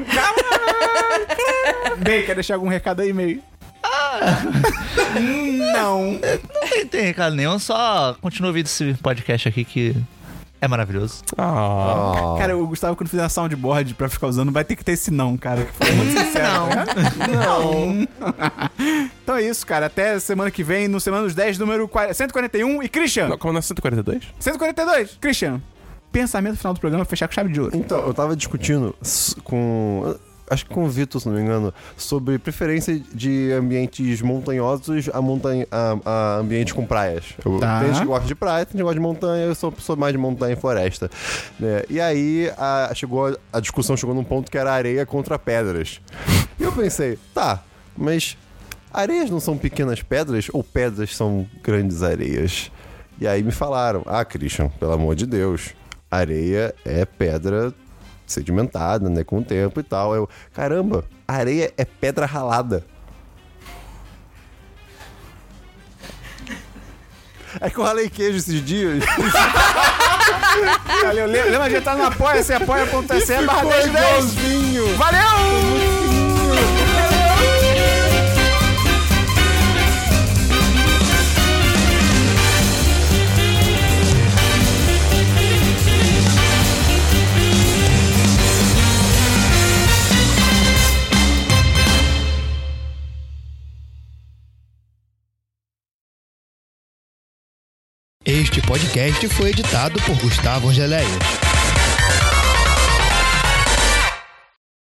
Bem, quer deixar algum recado aí, meio? Ah. Não.
Não tem, tem recado nenhum, só continua ouvindo esse podcast aqui que é maravilhoso.
Ah.
Ó.
Cara, o Gustavo, quando fizer a soundboard pra ficar usando, vai ter que ter esse não, cara. Que foi muito sincero. Não. então é isso, cara. Até semana que vem, no Semana dos 10, número 40 141. E Christian!
É, Não, Como na 142?
142. Christian, pensamento final do programa é fechar com chave de ouro.
Então, eu tava discutindo s- com. Acho que com o Vitor, se não me engano, sobre preferência de ambientes montanhosos a, montanha, a, a ambientes com praias. Eu-
Tá.
Tem gente que gosta de praia, tem gente que gosta de montanha, eu sou uma pessoa mais de montanha e floresta. né? E aí a, chegou, a- a discussão chegou num ponto que era areia contra pedras. E eu pensei, tá, mas areias não são pequenas pedras ou pedras são grandes areias? E aí me falaram, ah, Christian, pelo amor de Deus, areia é pedra sedimentada, né, com o tempo e tal. Eu, caramba, areia é pedra ralada. É que eu ralei queijo esses dias.
Valeu, le- lembra de entrar no apoia-se, apoia.se barra 1010.
igualzinho.
Valeu!
Este podcast foi editado por Gustavo Angeléia.